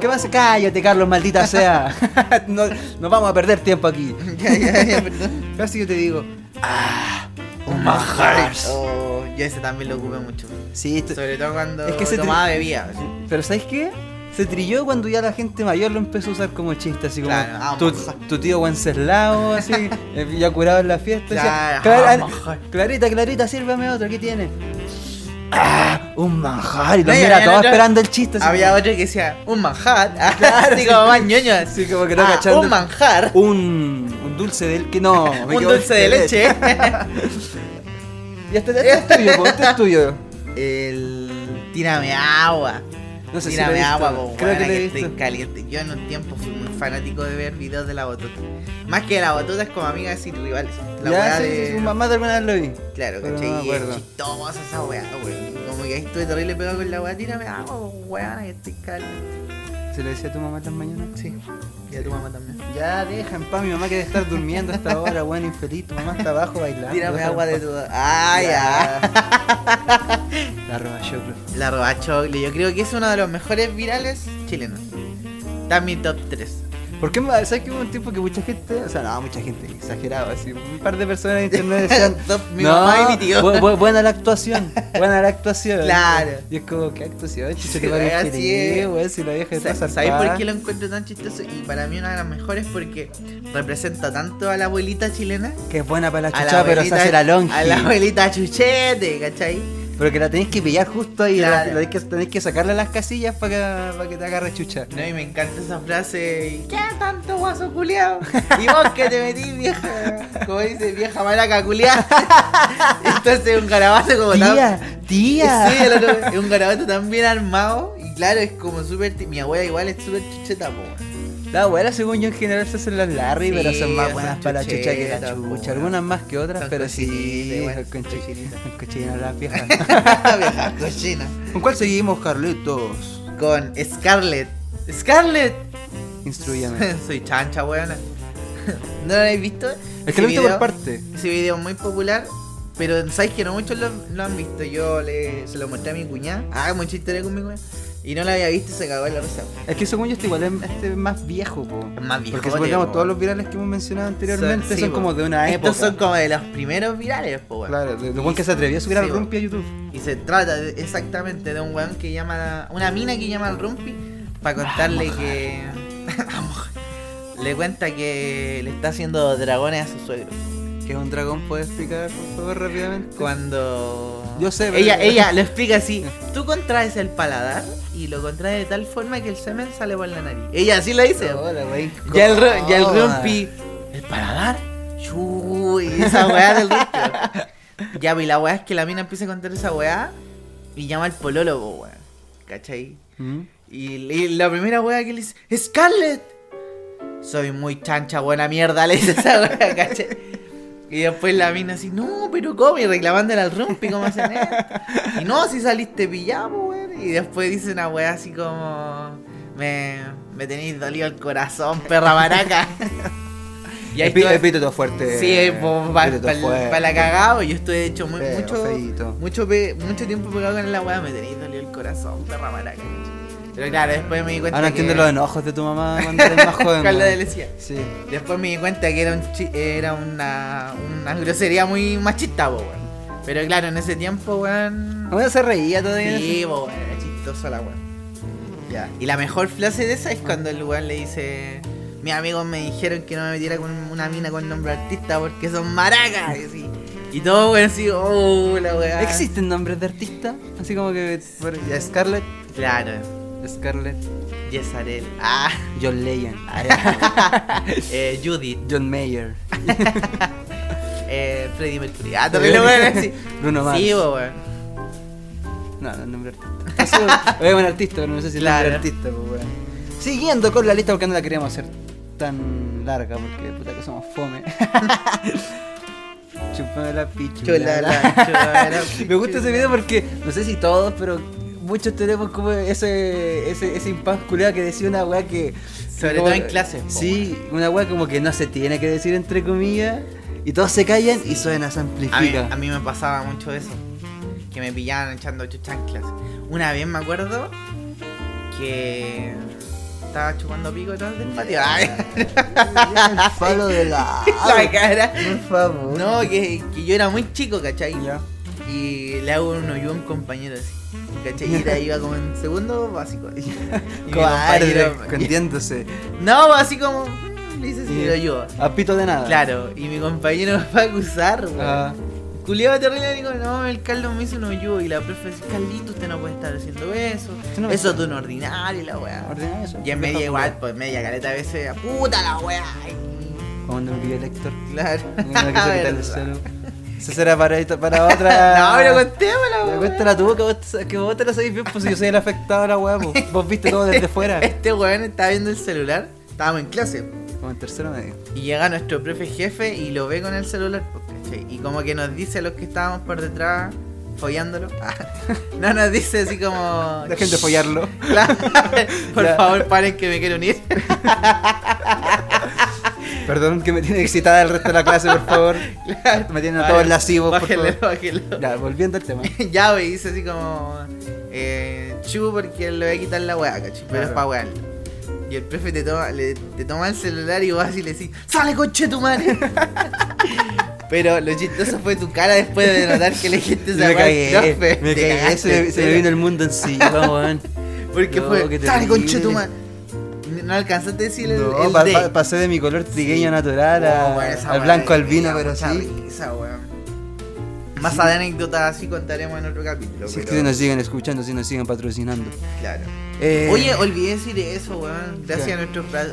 ¿Qué pasa? Cállate, Carlos, maldita sea. no, nos vamos a perder tiempo aquí.
ya, ya, ya, perdón.
Casi yo te digo.
Oh,
my heart.
Oh, yo ese también lo ocupé mucho.
Sí, esto-
Sobre todo cuando
Es que se te-
tomaba bebida. así.
pero ¿sabes qué? Se trilló cuando ya la gente mayor lo empezó a usar como chiste, así como
Claro, ah,
tu,
mojar.
tu tío Wenceslao, así, eh, ya curado en la fiesta. decía,
Claro, ah,
"Clara-
mojar".
clarita, Clarita, sírvame otro, ¿qué tiene? ¡Ah! Un manjar. Y
No,
también
y
era
había
todo
otro-
esperando el chiste. así
Había
como-
otro que decía, un manjar. así como más ñoño.
Sí, como que no
Ah,
cachando.
Un manjar.
Un, un dulce de leche. No, me
Un
equivoqué.
dulce de leche.
Y este, este es tuyo, po, este es tuyo. El.
Tírame agua.
No sé si
Tírame
lo he visto.
agua, po,
Creo
weona,
que lo he
que
visto.
estoy caliente. Yo en un tiempo fui muy fanático de ver videos de la botota. Más que de la botota es como amigas y rivales. La
ya,
weá
sí,
de...
sí, sí, mamá de alguna vez lo vi.
Claro,
Pero no
¿cachai?
me
Y es
acuerdo.
chistosa esa weá, weón. Como que ahí estuve terrible pegado con la weá. Tírame agua, weá, que estoy caliente.
¿Se lo decía a tu mamá tan mañana?
Sí. Y a tu mamá también.
Ya, deja en paz, mi mamá que debe estar durmiendo hasta ahora, weón, infeliz. Tu mamá está abajo bailando.
Tírame
Déjala en
agua de
paz.
tu. ¡Ah, ya!
La roba choclo.
La roba Chocle, yo creo que es uno de los mejores virales chilenos. Está en mi top 3.
¿Por qué? ma- ¿Sabes que hubo un tiempo que mucha gente, o sea, no, mucha gente exageraba, así, un par de personas en internet decían,
Top, mi
no,
mamá y mi tío.
bu- bu- buena la actuación, buena la actuación.
Claro.
Y es como, ¿qué actuación? Si se te
Sí,
va a
así
ingerir,
es.
weón, si la vieja está
Sa- ¿Sabéis por
zarpada.
qué lo encuentro tan chistoso? Y para mí una de las mejores porque representa tanto a la abuelita chilena.
Que es buena para la
a la
chuchada, pero se hace la longe.
A la abuelita chuchete, ¿cachai?
Pero que la tenés que pillar justo ahí, la-
Claro.
la tenés, que, tenés que sacarle las casillas para que, pa' que te agarre chucha.
No, y me encanta esa frase. y, ¿Qué tanto guaso culiao? Y vos que te metís, vieja. Como dice, vieja maraca culiao. Entonces un garabato como tan-
Tía, tía.
Sí, el otro- es un garabato tan bien armado. Y claro, es como súper. ti- Mi abuela igual es súper chucheta, po.
La abuela, según yo, en general se hacen las Larry,
Sí,
pero son más
son
buenas para la chucha que la
chuchetas,
chucha.
bueno.
Algunas más que otras,
Son
pero sí.
cochinitas,
Son
bueno,
cochinitas.
cochinitas.
Son cochinas las viejas.
Vieja cochina.
¿Con cuál seguimos, Carlitos?
Con Scarlett. ¡Scarlett!
Instruyame.
Soy chancha, weona. ¿No lo habéis visto?
Es que lo he visto por parte.
Ese video es muy popular, pero sabéis que no muchos lo, lo han visto. Yo le, se lo mostré a mi cuñada. Ah, mucha historia con mi cuñada. Y no la había visto y se cagó en la risa.
Es que según yo, este igual es este es más viejo, po.
Es más viejo.
Porque supongamos todos los virales que hemos mencionado anteriormente son, como de una época.
Estos son como de los primeros virales, po, weón.
Claro, de, de buen que se atrevió a subir
Sí,
al
po.
Rumpi a YouTube.
Y se trata de- exactamente de un weón que llama. Una mina que llama al Rumpi para contarle que. Vamos. le cuenta que le está haciendo dragones a su suegro.
¿Qué es un dragón? ¿Puedes explicar, por favor, rápidamente?
Cuando.
Yo sé, pero-
Ella, ella lo explica así. Tú contraes el paladar y lo contraes de tal forma que el semen sale por la nariz. Ella así lo dice.
Hola, wey.
Ya el, ru- ya el
Cómoda.
rumpi. Ah. ¿El paladar? Chuy, esa weá del rumpi. ya, pues la weá es que la mina empieza a contar esa weá y llama al polólogo, weón. ¿Cachai?
¿Mm?
Y, y la primera weá que le dice, ¡Scarlett! Soy muy chancha, buena mierda, le dice esa weá, ¿cachai? Y después la mina así, no, pero ¿cómo? Y reclamándole al rumpi, ¿cómo hacen esto? Y no, si saliste pillado, weón. Y después dice una weá así como, me, me tenéis dolido el corazón, perra maraca. y ahí
Epi-
estuve-
epíteto fuerte.
Sí, eh, para
Epíteto fuerte.
la cagada, yo estoy de hecho muy-
Feo,
mucho,
feíto.
mucho, pe- mucho tiempo pegado con la weá, me tenéis dolido el corazón, perra maraca. Pero claro, después me di cuenta
Ahora
que...
entiendo los enojos de tu mamá cuando eres más joven.
Con la
weón.
delicia.
Sí.
Después me di cuenta que era, un chi- era una, una grosería muy machista, po, weón. Pero claro, en ese tiempo, weón...
Aún se reía todavía.
Sí, po, weón, era chistoso la weón. Ya. Y la mejor frase de esa es cuando el weón le dice... Mis amigos me dijeron que no me metiera con una mina con nombre artista porque son maracas. Y, así. y todo, weón, así, oh, la weá.
¿Existen nombres de artistas? Así como que. por- ya, Scarlett.
Claro.
Scarlett.
Yesarel. Ah,
John Legend.
eh, Judith.
John Mayer.
Eh, Freddie Mercury. Ah, también lo weón, así.
Bruno Mars.
Sí, po, weón.
No, no es nombre artista. Eso, es un artista, pero no sé si es
Claro.
nombre artista, pues weón. Siguiendo con la lista porque no la queríamos hacer tan larga porque puta que somos fome. Chupame la picha.
Chola, la, chola,
Me gusta ese video porque, no sé si todos, pero muchos tenemos como ese, ese, ese impas culiao que decía una weá que...
Sobre
como-
todo en clase, po,
Sí, una weá como que no se tiene que decir entre comillas. Y todos se callan y suena, se
A mí,
amplifica.
a mí me pasaba mucho eso. Que me pillaban echando chuchanclas. Una vez me acuerdo que estaba chupando pico atrás del patio. Ay,
El falo de la...
la cara.
Por favor.
No, que, que yo era muy chico, ¿cachai?
Ya.
Y le hago un hoyo a un compañero así. ¿Cachai? Y era- iba como en segundo básico. Y mi
Cobarde,
compañero-
escondiéndose.
No, así como. mm, Le hice así,
Sí.
lo ayudo.
A pito de nada.
Claro, y mi compañero me va a acusar, weón.
Ah,
Culiaba terrible, digo, no, el Carlos me hizo un hoyo. Y la profe dice, Carlito, usted no puede estar haciendo eso.
Usted no me-
eso es de un ordinario, y la weá.
Ordena eso.
Y en media igual, pues media caleta a veces, puta la weá. Y-
Como no olvidé el Héctor.
Claro.
Mira que se quita el
Verdad.
celu. Eso será para, esta- para otra.
No, pero contémosla,
Ya,
weá.
Cuéntala tú, que vos, que vos te la sabéis bien, pues si yo soy el afectado de la weá, pues. Vos viste todo desde fuera.
Este weón estaba viendo el celular. Estábamos en clase.
Como en tercero medio.
Y llega nuestro profe jefe y lo ve con el celular, pues, ¿cachai? Y como que nos dice a los que estábamos por detrás, follándolo. no nos dice así como.
Dejen de follarlo.
Claro. por
Ya.
favor, paren que me quiero unir.
Perdón que me tiene excitada el resto de la clase, por favor. Me tienen a todos lascivos, por
Bájenle,
favor.
bájenlo.
Ya, volviendo al tema.
ya, güey, dice así como. Eh, chu, porque le voy a quitar la weá, ¿cachai? Pero es
Claro.
pa' weá. Y el profe te toma, le- te toma el celular y vas y le decís, ¡Sale, coche tu madre! Pero lo chistoso fue tu cara después de notar que le dijiste esa
me
weá
cagué,
al profe.
me
Te
cagué,
cagaste,
se, me- se me
pero-
vino el mundo encima, weón.
Porque
No,
fue,
qué
¡Sale, coche tu
terrible".
madre! No alcanzaste a decir el,
No,
el
pa-
D.
pa- pasé de mi color trigueño natural a-
Oh, bueno, esa
al
weá
blanco
me
al vino,
da
pero
mucha
sí.
risa, weón. Más anécdotas así contaremos en otro capítulo.
Si es que
pero-
nos siguen escuchando, si nos siguen patrocinando.
Claro.
Eh,
Oye, olvidé decir eso, weón. Gracias
¿Qué?
a nuestros pra-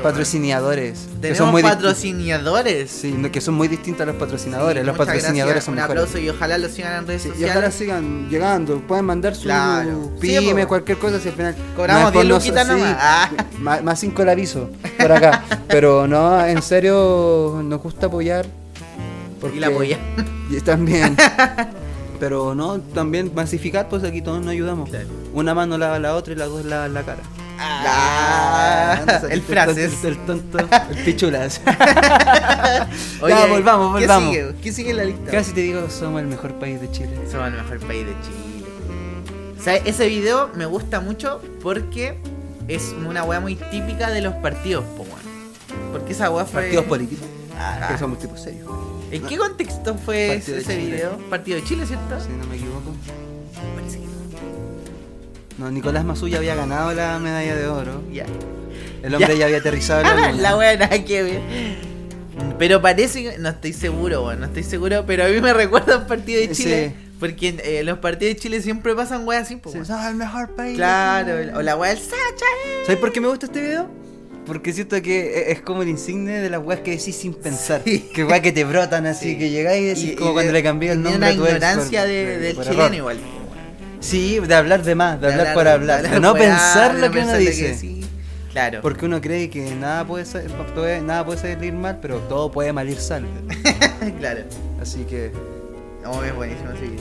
patrocinadores.
weón.
Patrocinadores. Que son
Tenemos
muy disti-
patrocinadores.
sí, no, que son muy distintos a los patrocinadores.
Sí,
los
muchas
patrocinadores
gracias.
son
Un
mejores.
aplauso y ojalá lo sigan en redes
Sí, y
sociales.
ahora sigan llegando, pueden mandar su
Claro.
pyme,
Sí, po.
cualquier cosa, si al final
Cobramos
no es por
10 luquitas
noso- sí,
nomás. Ah.
más, más 5 el aviso por acá, pero no, en serio nos gusta apoyar
Y la apoya.
y también pero no, también masificar, pues aquí todos nos ayudamos.
Claro.
Una mano lava la otra y las dos lavan la cara.
Ah,
Ah, no,
el
tonto,
frases.
El tonto, el pichulas. Ya, volvamos,
¿qué
volvamos.
sigue? ¿Qué sigue en la lista?
Casi te digo, somos el mejor país de Chile.
Somos el mejor país de Chile. O sea, ese video me gusta mucho porque es una weá muy típica de los partidos, po, weón. Porque esa weá fue.
Partidos políticos,
Ah,
que somos tipos serios.
¿En qué contexto fue
Partido de
ese
Chile.
video? Partido de Chile, ¿cierto?
Si no me equivoco. No, Nicolás Masuya había ganado la medalla de oro.
Ya.
El hombre
Ya.
ya, había aterrizado en la
Ah,
luna.
la wea nada que ver. Pero parece que. No estoy seguro, weón. No estoy seguro. Pero a mí me recuerda un partido de
Sí.
Chile. Porque eh, los partidos de Chile siempre pasan weas así, po,
Sí,
weón.
somos el mejor país. de Chile.
Claro, o la wea del Sacha.
¿Sabes por qué me gusta este video? Porque siento que e- es como el insigne de las weas que decís sin pensar.
Sí.
Que weas que te brotan así,
Sí.
que llegáis y decís
Y-
como
y
cuando
de-
le cambié el
tenía
nombre
una
a tu ex
ignorancia
por-
de-
de-
del
por
chileno
error.
igual. po, weón.
Sí, de hablar de más, de, hablar por hablar. De, no
weá,
pensar
de
lo
no
que uno
pensar lo
dice.
sí. Claro.
Porque uno cree que nada puede, ser- puede- nada puede salir mal, pero todo puede malir sal.
claro.
Así que
Oh, es buenísimo ese video.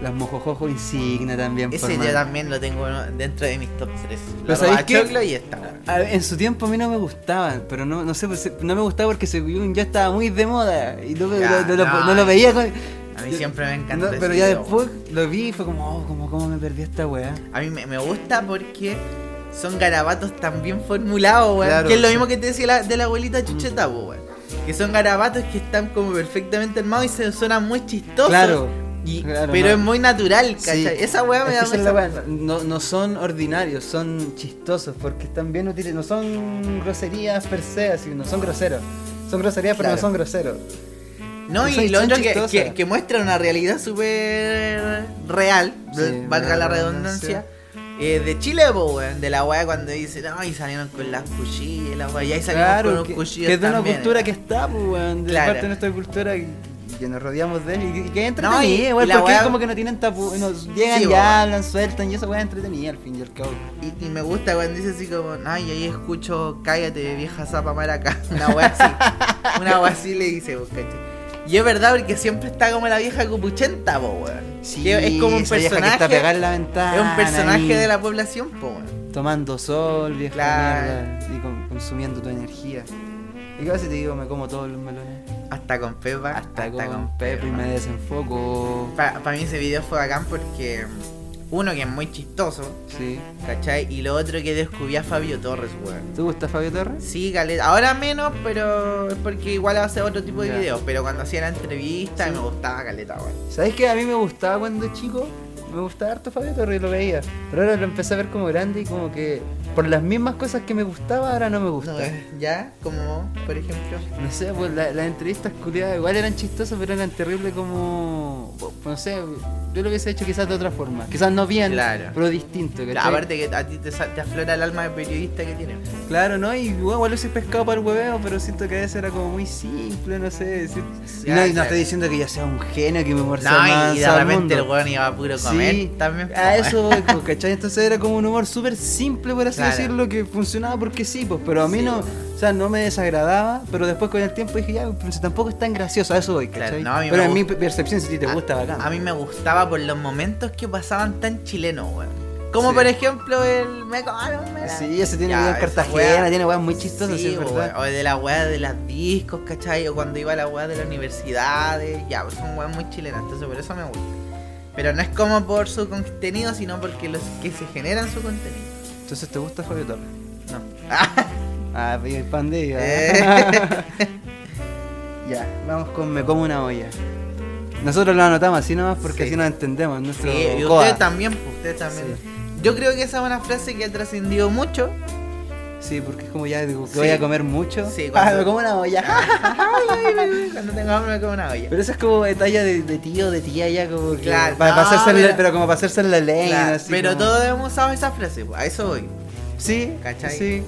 Las mojojojo insignia también. por
Ese
mano.
yo también lo tengo dentro de mis top 3.
Pero
Lo
¿sabéis
sabéis
qué?
y esta. weón.
A- En su tiempo a mí no me gustaban, pero no, no sé, pues, no me gustaba porque según yo estaba muy de moda y no, me-
Ya,
no- no lo,
no,
no lo
a mí-
veía. con-
A mí siempre me encantó.
No,
ese
pero ya
video,
después lo vi y fue como, oh, como, cómo me perdí esta weá.
A mí me, me gusta porque son garabatos tan bien formulados, weón.
Claro,
que es lo
sí.
mismo que te decía la- de la abuelita Chucheta, po, weón. Que son garabatos que están como perfectamente armados y se suenan muy chistosos.
Claro,
Y-
claro,
pero
no.
es muy natural,
Sí.
¿cachai? Esa weá me
Es
da
que esa es
mucha
la weá,
risa.
no, no son ordinarios, son chistosos porque están bien útiles, no son groserías per se, así, no son groseros. Son groserías, pero
Claro.
no son groseros.
No,
Son-
y lo
son
otro que,
chistosas.
que- que muestra una realidad súper real,
Sí,
bl- valga la
la
redundancia,
redundancia.
eh, de Chile, po, weón, de la weá cuando dice, no, y salieron con las cuchillas, la weá, y ahí salieron con
Claro,
los
que,
cuchillos.
que es de una
también,
cultura
¿eh?
que está, pues, weón, de
Claro.
parte de nuestra cultura que, que nos rodeamos de él y, que- y que es
No, y-
entretenida,
y
weón,
la
porque
weá-
es como que no tienen tapu, no, llegan
Sí,
y
weón.
hablan, sueltan y esa weá es entretenida al fin y al cabo.
Y, y me gusta cuando dice así como, ay, ahí escucho, cállate, vieja zapa maraca. Una wea así. una wea así le dice, vos, ¿cachai? Y es verdad porque siempre está como la vieja cupuchenta, po, weón. Que es como un
esa vieja que
personaje.
está pegada en la ventana.
es un personaje
ahí,
de la población, po, weón.
Tomando sol, vieja
Claro.
mierda, y con- consumiendo tu energía. Y casi te digo, me como todos los melones.
Hasta con Pepa.
Hasta, con, Pepe y me desenfoco.
Para mí ese video fue bacán porque. Uno que es muy chistoso,
Sí.
¿cachai? Y lo otro que descubrí a Fabio Torres, weón.
¿Te gusta Fabio Torres?
Sí, Caleta. Ahora menos, pero es porque igual hace otro tipo de
Ya.
videos. Pero cuando hacía la entrevista me gustaba Caleta, weón.
¿Sabes qué? A mí me gustaba cuando chico, me gustaba harto Fabio Torres y lo veía. Pero ahora lo empecé a ver como grande y como que por las mismas cosas que me gustaba, ahora no me gusta.
No, eh, ya, como por ejemplo.
No sé, pues la- las entrevistas culiadas igual eran chistosas, pero eran terribles como. pues, No sé, yo lo hubiese hecho quizás de otra forma. Quizás no bien,
Claro.
pero distinto. ¿cachai?
Aparte que a ti te, sa- te aflora el alma de periodista que tienes.
Claro, ¿no? Y bueno, igual hubiese pescado para el hueveo, pero siento que a veces era como muy simple, no sé. si-
Sí,
no,
ah,
y no
claro.
estoy diciendo que yo sea un genio que me muerza
No, y de repente el
mundo.
weón iba a puro comer
Sí,
también. eh.
A eso voy, pues, ¿cachai? Entonces era como un humor súper simple, por así
Claro.
decirlo, que funcionaba porque sí, pues, pero a mí
Sí,
no, o sea, no me desagradaba, pero después con el tiempo dije, ya, pero si tampoco es tan gracioso, a eso voy,
Claro,
¿cachai?
no, a mí
pero
me
en mi
gusta-
percepción, si a ti te
A-
gusta, bacán.
Ah, A mí me gustaba por los momentos que pasaban tan chilenos, weón. Como
Sí.
por ejemplo el me colaron, me la-
Sí, ese tiene
Ya,
video en
esa
Cartagena,
weá.
tiene weas muy chistosas, sí,
Sí,
es verdad.
weón, O de la weá de las discos, ¿cachai? O cuando iba a la weá de las universidades. Ya, pues son weas muy chilenas, entonces por eso me gusta. Pero no es como por su contenido, sino porque los que se generan su contenido.
Entonces, ¿te gusta Fabio Torres?
No.
Ah, el pan de Dios,
Eh.
Ya, vamos con Me como una olla. Nosotros lo anotamos así nomás porque
Sí.
así nos entendemos. Nuestro
Sí, y
coa.
ustedes también, pues, ustedes también. Yo creo que esa es una frase que ha trascendido mucho.
Sí, porque es como ya digo, que
Sí.
voy a comer mucho.
Sí,
ah,
cuando-
me como una olla.
Cuando tengo hambre me como una olla.
Pero eso es como detalle de, de tío, de tía, ya como que.
Claro,
pa-
no,
pa' hacerse la-
pero-
pero como para hacerse la ley.
Claro,
así
pero
como-
todos hemos usado esa frase, pues, a eso voy.
Sí,
¿Cachai?
Sí.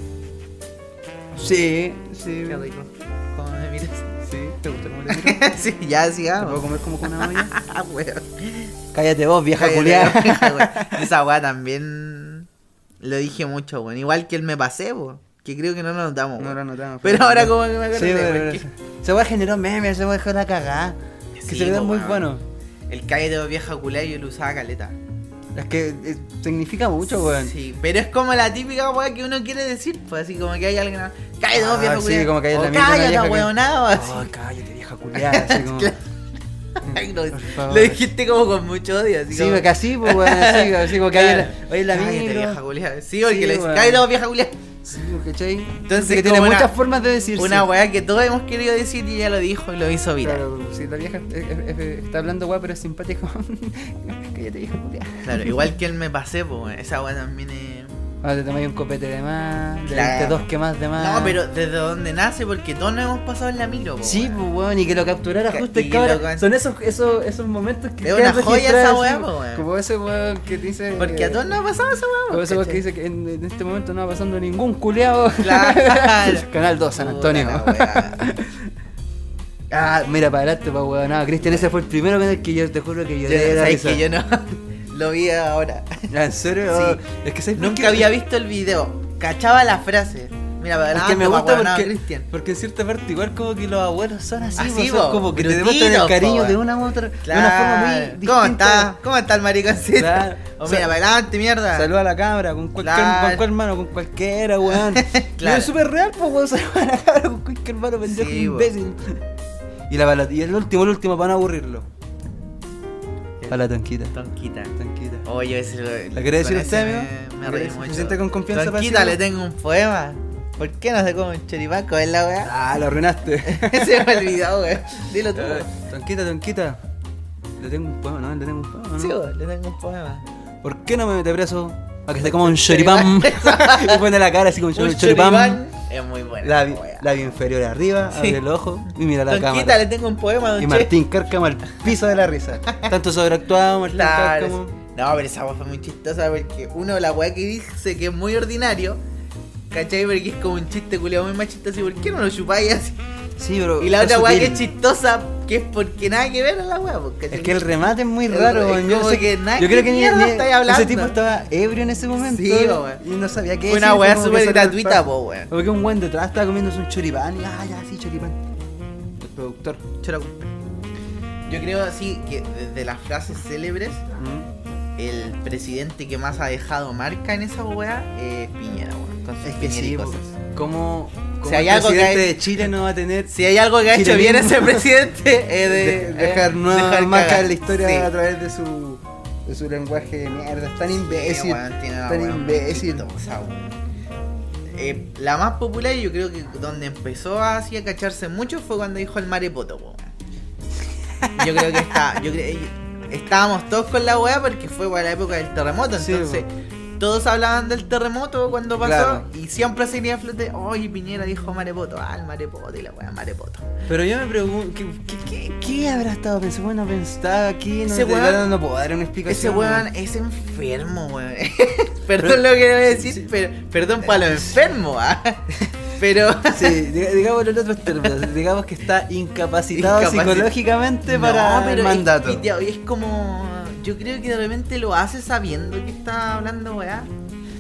Sí, sí.
Qué rico. ¿Cómo me miras?
Sí, ¿te gusta cómo te miro?
sí, ya
¿Te puedo
sigamos.
comer como con una olla?
Ah, weón.
Cállate vos, vieja
Cállate,
culiada.
weón. Esa weá también lo dije mucho, weón. Igual que el me pasé, weón. Que creo que no lo notamos,
No
weón.
lo notamos.
Pero ahora como que me acuerdo
Sí,
de-
pero.
porque-
Se va a generar memes, se va a dejar la cagada. Que
Sí,
se le dan
po,
muy
weón.
buenos.
El calle de vieja culé yo lo usaba caleta.
Es que eh, significa mucho, weón.
Sí, pero es como la típica weá que uno quiere decir, pues así como que hay alguien. Cállate,
Ah,
vos, vieja
sí,
culiá.
como que hay
O
la mierda de una
Cállate,
vieja que-
weonado. así.
Ay, cállate, vieja culiada. Así como. Mm,
Claro. Ay, lo,
Por favor.
lo dijiste como con mucho odio. Así
Sí,
como,
porque así, pues, weón. Así, así como que hay la,
Claro.
hay la
Cállate,
micro.
vieja culiá. Sí, porque
Sí,
le dice,
weón.
cállate, vos, vieja culiá.
Sí, pues, ¿cachai?
Entonces,
que tiene
como una-
muchas formas de decirse.
Una weá que todos hemos querido decir y ella lo dijo y lo hizo viral. Claro,
Claro, si la vieja es- es- es- está hablando weá, pero es simpático. Cállate, vieja culiada.
igual que él me pasé, pues weón, esa weá también es.
Ahora Ah, te tomáis un copete de más, de
Claro.
22 que más de más.
No, pero desde dónde nace, porque todos nos hemos pasado en la micro, po,
Sí,
weón.
pues weón, y que lo capturara
Ca-
justo el
y
cabrón.
loco,
Son esos, esos, esos momentos que.
Es
quedan
una joya esa
registrados,
weá,
sí,
po, weón.
Como ese weón que dice.
Porque a
eh,
todos nos ha pasado esa weá,
Como ese weón que
¿cachai?
dice que en, en este momento no va pasando ningún culeado.
Claro.
Canal 2, San Antonio.
Puta la weá.
Ah, mira para adelante, pa' weón. No, Cristian, ese fue el primero con el que yo te juro que
Yo,
lloré. de la
¿sabes
risa.
que yo no lo vi ahora.
Ah, ¿En serio?
Sí.
Es que ¿sabes por qué?
Nunca había visto el video. Cachaba la frase. Mira, para
Es
adelante,
que me gusta
pa'
porque,
Cristian.
porque en cierta parte igual como que los abuelos son así,
Así,
po, son
po,
como que te
brutitos,
demuestran el cariño
po,
de una u otra, de una forma muy
Claro.
distinta.
¿Cómo está? ¿Cómo está el mariconcito?
Claro.
O
Sa-
mira, para adelante, mierda.
Saluda a la cabra, con cualquier,
Claro.
con cual mano, con cualquiera, weón.
Claro.
Y es súper real, pues, weón, saluda a la cabra con cualquier mano, pendejo,
Sí, po.
imbécil. Y, la bala- y el último, el último, para no aburrirlo. Para la tonquita,
Tonquita.
tonquita.
Oye, ese lo.
¿La quiere decir
con
usted,
ese
amigo?
Me, me
¿La
reí
quiere- se
mucho.
siente con confianza para
Tonquita, le
decirlo?
tengo un poema. ¿Por qué no se come un choripaco? Es la weá.
Ah, lo arruinaste.
Se me olvidó, weón. Dilo tú.
Eh, tonquita, tonquita. Le tengo un poema, ¿no? Le tengo un poema, ¿no?
Sí, weón, le tengo un poema.
¿Por qué no me mete preso? A que se coma un choripán. y pone la cara así como un choripán.
Es muy bueno.
Labio, labio inferior arriba,
Sí.
abre el ojo y mira la
Tonquita,
cámara.
le tengo un poema, don
Y
Che.
Martín Cárcamo al piso de la risa. Tanto sobreactuado, Martín
Claro.
Cárcamo.
No, pero esa weá fue muy chistosa porque uno, la weá que dice que es muy ordinario, ¿cachai? Porque es como un chiste culiado muy machista, así, ¿por qué no lo chupáis así?
Sí, pero
Y la
está
otra weá que
sutil.
es chistosa, que es porque nada que ver a la weá, pues, porque
Es que el remate es muy
El-
raro,
es
weón. yo no
como
sé-
que nada
yo creo
que
que ni,
mierda
ni-
estáis hablando.
ese tipo estaba ebrio en ese momento
Sí, weón.
y no sabía qué
Fue una
decir,
weá
como que
súper
salió
gratuita,
al par.
po, weón.
Porque un buen detrás estaba comiéndose un choripán y ah, ya, sí, choripán. El productor.
Yo creo así que desde las frases célebres,
Mm.
el presidente que más ha dejado marca en esa weá es Piñera, weón. Con sus
Es que sí, pues,
piñericosas.
como
Si hay algo que
presidente
hay-
de Chile no va a tener
Si hay algo que ha hecho bien
Chilenismo.
ese presidente, es
de-
de,
dejar nuevas
dejar
marcas
cagar.
en la historia
Sí.
a través de su de su lenguaje de mierda, es tan
Sí,
imbécil.
weón, tiene una
tan
weá muy
imbécil.
chistosa, weón. Eh, la más popular, yo creo que donde empezó así a cacharse mucho fue cuando dijo el marepoto, po, weón. Yo creo que está, yo cre- estábamos todos con la weá porque fue para la época del terremoto,
Sí,
entonces Todos hablaban del terremoto cuando pasó
Claro.
y siempre se iría a flote. Oye, Piñera dijo marepoto, ah, el marepoto y la wea marepoto.
Pero yo me pregunto, ¿qué, qué, qué- qué habrá estado pensando? Bueno, pensaba aquí, no,
Ese
de
weón-
verdad no puedo dar una explicación.
Ese weón es enfermo, weón. perdón lo que voy a decir, pero, perdón para lo enfermo, ah. Pero.
Sí, diga- digamos en otros términos, digamos que está incapacitado
Incapaci-
psicológicamente para
No,
el
es-
mandato.
y te- y Es, como. Yo creo que de repente lo hace sabiendo que está hablando, weá.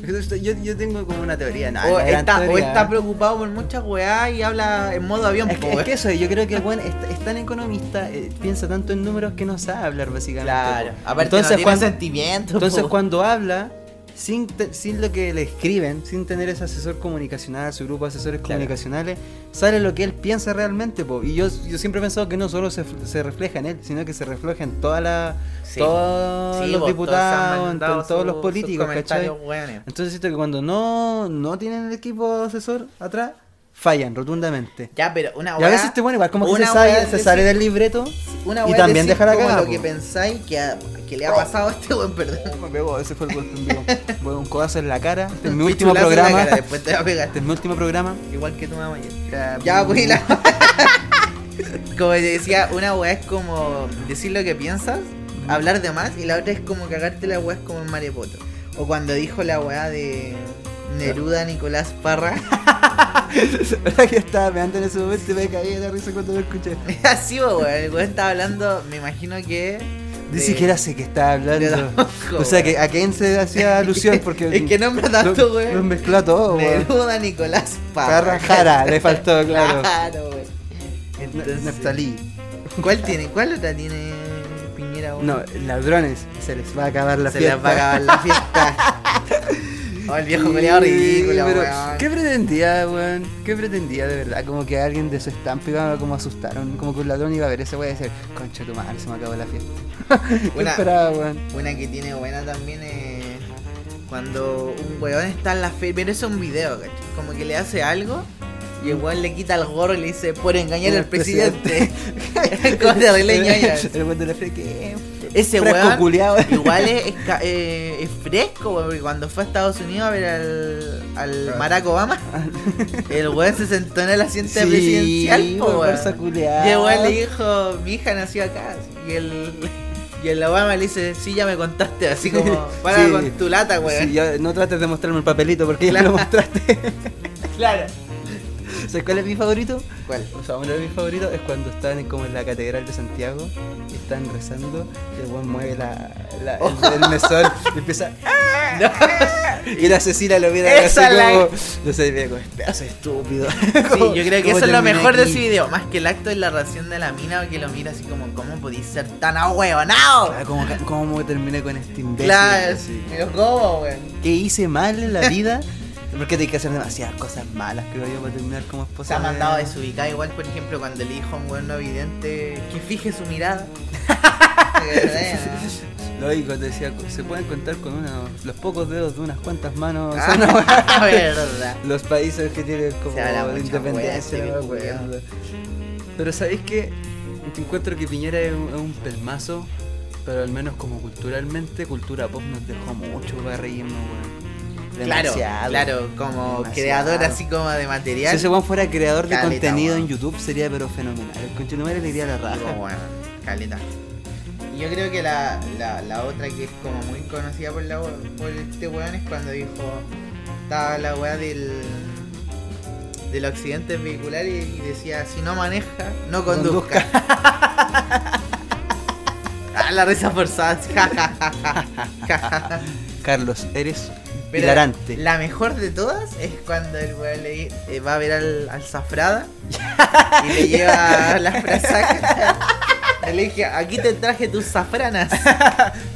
Yo, yo tengo como una teoría, no,
o,
no era
está, o
teoría.
está preocupado por muchas weá y habla en modo avión,
Es
po,
que, es
weón.
que eso, yo creo que el weón es, es tan economista, eh, piensa tanto en números que no sabe hablar básicamente.
Claro.
po.
Aparte
entonces,
no tiene pues.
cuando,
sentimientos,
entonces
po.
cuando habla, sin, te- sin lo que le escriben, sin tener ese asesor comunicacional, su grupo de asesores comunicacionales, sale lo que él piensa realmente. po. Y yo, yo siempre he pensado que no solo se, se refleja en él, sino que se refleja en toda la,
Sí.
todos
Sí,
los
po, todos han
diputados, en,
mandado
en todos los
sus-
políticos,
sus
¿cachai?
comentarios, weones.
Entonces siento que cuando no, no tienen el equipo asesor atrás, fallan rotundamente.
Ya, pero una
Y
weá.
a veces este bueno igual como que
una
se, sale-
weá
se
decir-
sale del libreto
Una
y
weá
también
decir
deja la
como
cagada.
lo que pensáis que, ha- que le ha pasado a este weón, perdón.
Me pegó, ese fue el golpe en vivo. Fue un codazo en la cara. Este es mi
Un
último
pichulazo en la
programa.
cara, después te va a pegar.
Este es mi último programa.
Igual que tu mamá ayer.
Ya,
Ya, pues y la... Como te decía, una weá es como decir lo que piensas, hablar de más, y la otra es como cagarte la weá es como en Marepoto. O cuando dijo la weá de Neruda Nicolás Parra,
¿Verdad que estaba pegando en ese momento y me caí de la risa cuando lo escuché?
así po, weón, el weón estaba hablando, me imagino que...
Ni
de-
siquiera sé que estaba
Yo
hablando.
tampoco,
O sea,
weón.
que a quién se hacía alusión porque.
Es que nombra
lo-
tanto,
Lo
weón.
mezcló todo, weón.
Neruda Nicolás
Parra
Parra.
Jara, le faltó, claro.
Claro, weón. Entonces,
Neftalí.
¿Cuál tiene? ¿Cuál otra tiene Piñera, weón?
No, ladrones. Se les va a acabar la
se
fiesta.
les va a acabar la fiesta. oh, el viejo culiado
Sí,
ridículo,
pero,
weón.
¿Qué pretendía, weón? ¿Qué pretendía de verdad? Como que alguien de su estampa iba a como asustaron. Como que un ladrón iba a ver ese weón y decir, concha tu madre, se me acabó la fiesta. ¿Qué
Una-
esperaba, weón?
Una que tiene buena también es cuando un weón está en la feria, pero eso es un video, ¿cachai? Como que le hace algo y el weón le quita el gorro y le dice, por engañar
Por el
al presidente. Como te arreglé, ñoña.
El weón de la fre- ¿qué?
Ese
Fresco
weón
culiao.
igual es, es ca- eh, es fresco, weón, porque cuando fue a Estados Unidos a ver al, al Barack Obama, el weón se sentó en el asiento
Sí,
presidencial, po,
weón,
weón.
bolsa culiao.
Y el weón le dijo, mi hija nació acá. Y el, y el Obama le dice, sí, ya me contaste, así como, para
Sí.
con tu lata, weón.
Sí, ya, no trates de mostrarme el papelito porque ya me lo mostraste.
Claro.
¿Sabes cuál es mi favorito?
¿Cuál?
O sea, uno de mis favoritos es cuando están en- como en la catedral de Santiago y están rezando y el weón mueve la, la-
Oh.
el, el mesón y empieza "Ah". y la Cecilia lo mira
Esa
así
la-
como yo sé, mira, como, este pedazo de estúpido
Sí, yo creo que eso es lo mejor de ese video, más que el acto de la reacción de la mina, que lo mira así como, ¿cómo podís ser tan ahueonado?
¿Cómo, ¿Cómo terminé con este imbécil?
Claro,
Así.
me los robo, weón.
¿Qué hice mal en la vida? Porque tengo que hacer demasiadas cosas malas, creo yo, para terminar como esposa.
Se ha mandado
Eh.
desubicada igual, por ejemplo, cuando le dijo a un weón no vidente que fije su mirada. Ah,
Lógico, te decía, se pueden contar con unos, los pocos dedos de unas cuantas manos.
Ah,
Son una-
verdad.
los países que tienen como
Se habla mucha
independencia.
hueá,
la
sí,
hueá.
hueá.
Pero sabéis que te encuentro que Piñera es un, es un pelmazo, pero al menos como culturalmente, cultura pop nos dejó mucho para reírnos, weón.
Claro,
Demasiado.
claro, como
Demasiado.
creador así como de
Si
material.
ese weón fuera creador de
Caleta,
contenido
weón.
en YouTube sería pero fenomenal. El conchetumare le iría a la
Digo,
raja.
bueno, caleta. Y Yo creo que la, la, la otra que es como muy conocida por, la, por este weón es cuando dijo, estaba la weá del, del accidente vehicular y, y decía, si no maneja, no conduzca. ah, la risa forzada. así, ja, ja, ja, ja, ja, ja, ja.
Carlos, eres
Pero
hilarante.
La mejor de todas es cuando el weón le eh, va a ver al, al Zafrada y le lleva las frasacas. Y le dije, aquí te traje tus zafranas.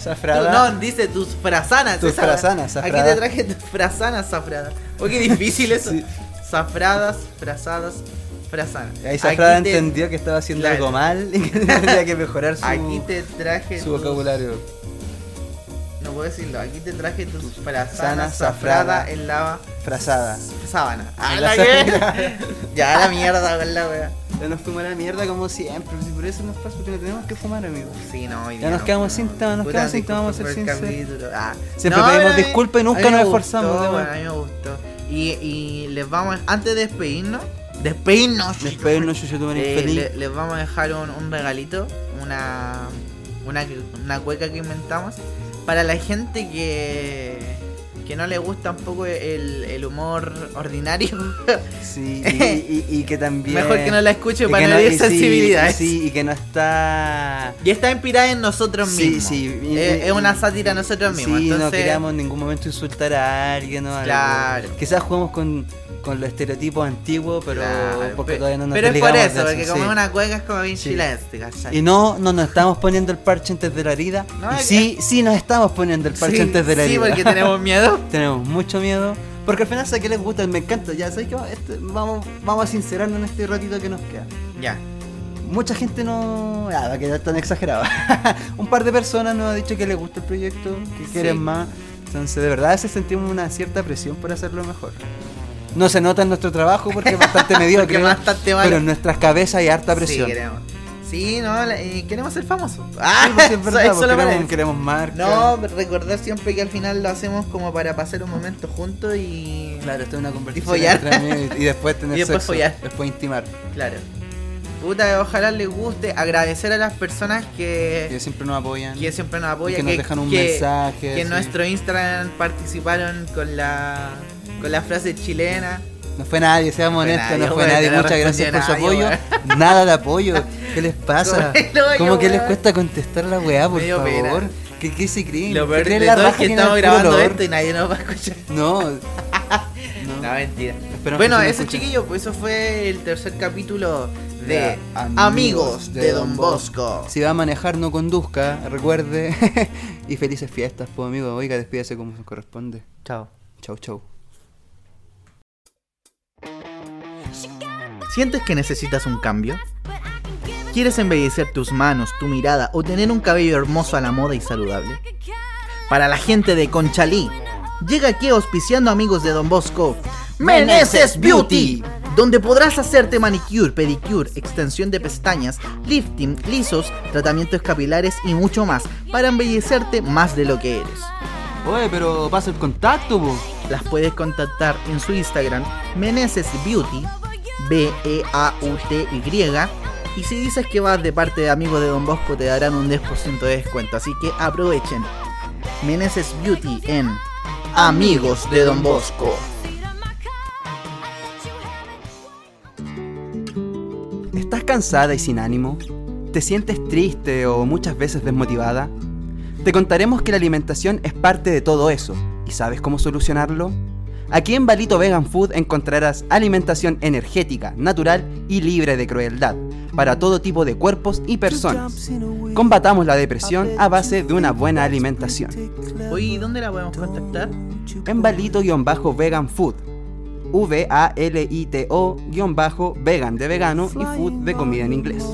Zafrada.
No, dice tus frasanas.
Tus
esa-
frasanas,
Aquí
Zafrada.
te traje tus frasanas, Zafrada. Oh, qué difícil eso.
Sí.
Zafradas, frasadas, frasanas.
Ahí Zafrada
Aquí te-
entendió que estaba haciendo
Claro.
algo mal y que tenía que mejorar su,
Aquí te traje
su
tus-
vocabulario.
No puedo decirlo. Aquí te traje tus frasanas,
frasanas,
zafrada,
zafrada.
en lava.
Frazada. Ah,
Sábana. Ah,
la
la que- ya a la mierda con la wea.
Ya nos fumará la mierda como siempre. Si por eso nos pasa, porque no tenemos que fumar, amigo.
Sí, no, hoy
Ya
día
nos
no
quedamos
fuimos.
sin tema, nos
Puta,
quedamos sin tema, vamos a
disculpa
ser
por el
sinceros.
capítulo. Ah,
Siempre
no,
pedimos
pero a mí-
disculpas y nunca
a mí
nos
me
esforzamos,
gustó,
de
bueno, A mí me gustó. Y, y les vamos a- Antes de despedirnos. Despedirnos.
Despedirnos, yo, yo, tu
eh,
infeliz.
le- les vamos a dejar un, un regalito. Una, una. Una cueca que inventamos. Para la gente que. Que no le gusta un poco el, el humor ordinario.
Sí, y, y- y que también.
Mejor que no la escuche
y que
para no
no-
herir
y sí,
sensibilidades.
Sí, y que no está.
Y está inspirada en nosotros
Sí,
mismos.
sí, y-
es,
y-
es una sátira a nosotros mismos.
Sí, no
entonces,
queríamos en ningún momento insultar a alguien o algo.
Claro.
Quizás jugamos con, con los estereotipos antiguos, pero
Claro,
porque
pe-
todavía no nos
Pero es por
desligamos de
eso, porque como
sí.
es una cueca es como bien
Sí.
chilense, ¿cachai?
Y no, no nos estamos poniendo el parche antes de la herida.
No,
y
es-
sí, sí nos estamos poniendo el parche
sí,
antes de la
sí,
herida.
porque tenemos miedo.
Tenemos mucho miedo. Porque al final sé que les gusta, me encanta. Ya sabéis que va- este- vamos, vamos a sincerarnos en este ratito que nos queda.
Ya.
Mucha gente no. Ah, va a quedar tan exagerado. Un par de personas nos ha dicho que les gusta el proyecto, que quieren más. Entonces, de verdad, se sentimos una cierta presión por hacerlo mejor. No se nota en nuestro trabajo porque es bastante mediocre.
Porque bastante malo.
pero en nuestras cabezas hay harta presión.
Sí, queremos. Sí, no, la- eh, queremos ser famosos.
Ah, pues sí, es
so-
verdad,
es solo
porque
para
queremos,
eso.
queremos marca.
No, recordar siempre que al final lo hacemos como para pasar un momento juntos y.
Claro, esto es una conversación
Y follar.
entre amigos y, y después tener
Y después
sexo,
follar. Eh.
después intimar.
Claro. Puta, ojalá les guste. Agradecer a las personas
Que siempre nos apoyan.
que siempre nos apoyan,
que nos dejan un
que-
mensaje,
que en
sí.
nuestro Instagram participaron con la con la frase chilena.
No fue nadie, seamos
No fue
honestos,
nadie,
no fue
weón,
nadie.
no
Muchas gracias por su
respondió
apoyo.
nadie,
Nada de apoyo. ¿Qué les pasa?
Como el hoyo,
¿Cómo que les
weón.
cuesta contestar la weá, por
Me dio pena.
favor? ¿Qué, ¿Qué se creen?
Lo
¿Se
peor de
creen la
todo es
raja
que
tienen
estamos
el puro
grabando
olor?
esto y nadie nos va a escuchar.
No.
No,
no.
mentira.
Esperamos
bueno,
que nos
eso
escuchen.
chiquillos, pues eso fue el tercer capítulo de
De
Amigos,
Amigos
de,
de
Don
Don
Bosco.
Si va a manejar, no conduzca, recuerde. y felices fiestas, pues amigo. Oiga, despídase como se corresponde.
Chao.
Chau, chau.
¿Sientes que necesitas un cambio? ¿Quieres embellecer tus manos, tu mirada o tener un cabello hermoso a la moda y saludable? Para la gente de Conchalí, llega aquí auspiciando amigos de Don Bosco, Meneses Beauty, donde podrás hacerte manicure, pedicure, extensión de pestañas, lifting, lisos, tratamientos capilares y mucho más para embellecerte más de lo que eres.
Oye, pero pasa el contacto, po.
Las puedes contactar en su Instagram, Meneses Beauty, E B-E-A-U-T-Y. Y si dices que vas de parte de amigos de Don Bosco, te darán un 10% de descuento. Así que aprovechen. Meneses Beauty en Amigos de Don Bosco.
¿Estás cansada y sin ánimo? ¿Te sientes triste o muchas veces desmotivada? Te contaremos que la alimentación es parte de todo eso. ¿Y sabes cómo solucionarlo? Aquí en Balito Vegan Food encontrarás alimentación energética, natural y libre de crueldad para todo tipo de cuerpos y personas. Combatamos la depresión a base de una buena alimentación.
Oye, ¿dónde la podemos contactar?
En Balito-Vegan Food. V-A-L-I-T-O-Vegan de vegano y food de comida en inglés.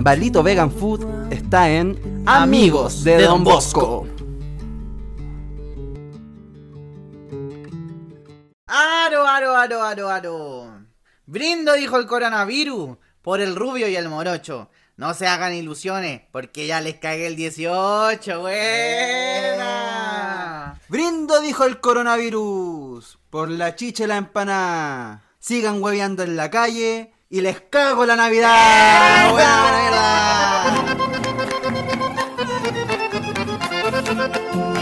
Balito Vegan Food está en Amigos de Don Bosco.
Aro, aro, aro, aro, aro. Brindo, dijo el coronavirus, por el rubio y el morocho. No se hagan ilusiones, porque ya les cagué el 18, buena.
Brindo, dijo el coronavirus, por la chicha y la empanada. Sigan hueveando en la calle y les cago la Navidad. Buena Navidad.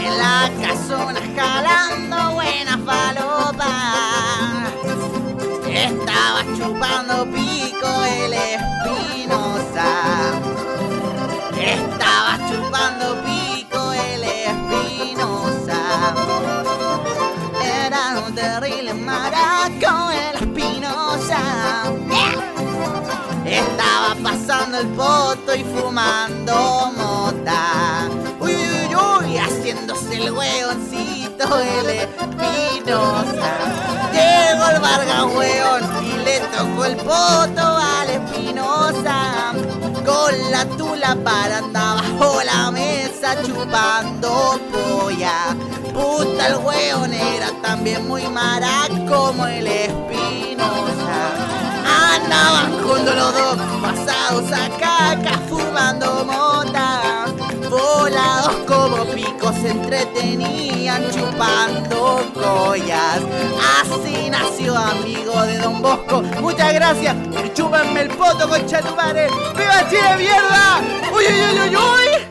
En la casona jalando buena falopa. Estaba chupando pico el espinosa. Estaba chupando pico el espinosa. Era un terrible maraco el espinosa. Estaba pasando el voto y fumando mota. Uy, uy, uy, uy, haciéndose el hueoncito el espinosa. Llegó el Vargas hueón y le tocó el voto al espinosa. Con la tula paranda bajo la mesa chupando polla. Puta, el hueón era también muy marac como el espinosa. Anda
todos pasados a caca fumando mota. Volados como picos se entretenían chupando collas. Así nació amigo de Don Bosco. Muchas gracias. Chúpame el poto con chatumares. ¡Viva Chile mierda! ¡Uy, uy, uy, uy, uy!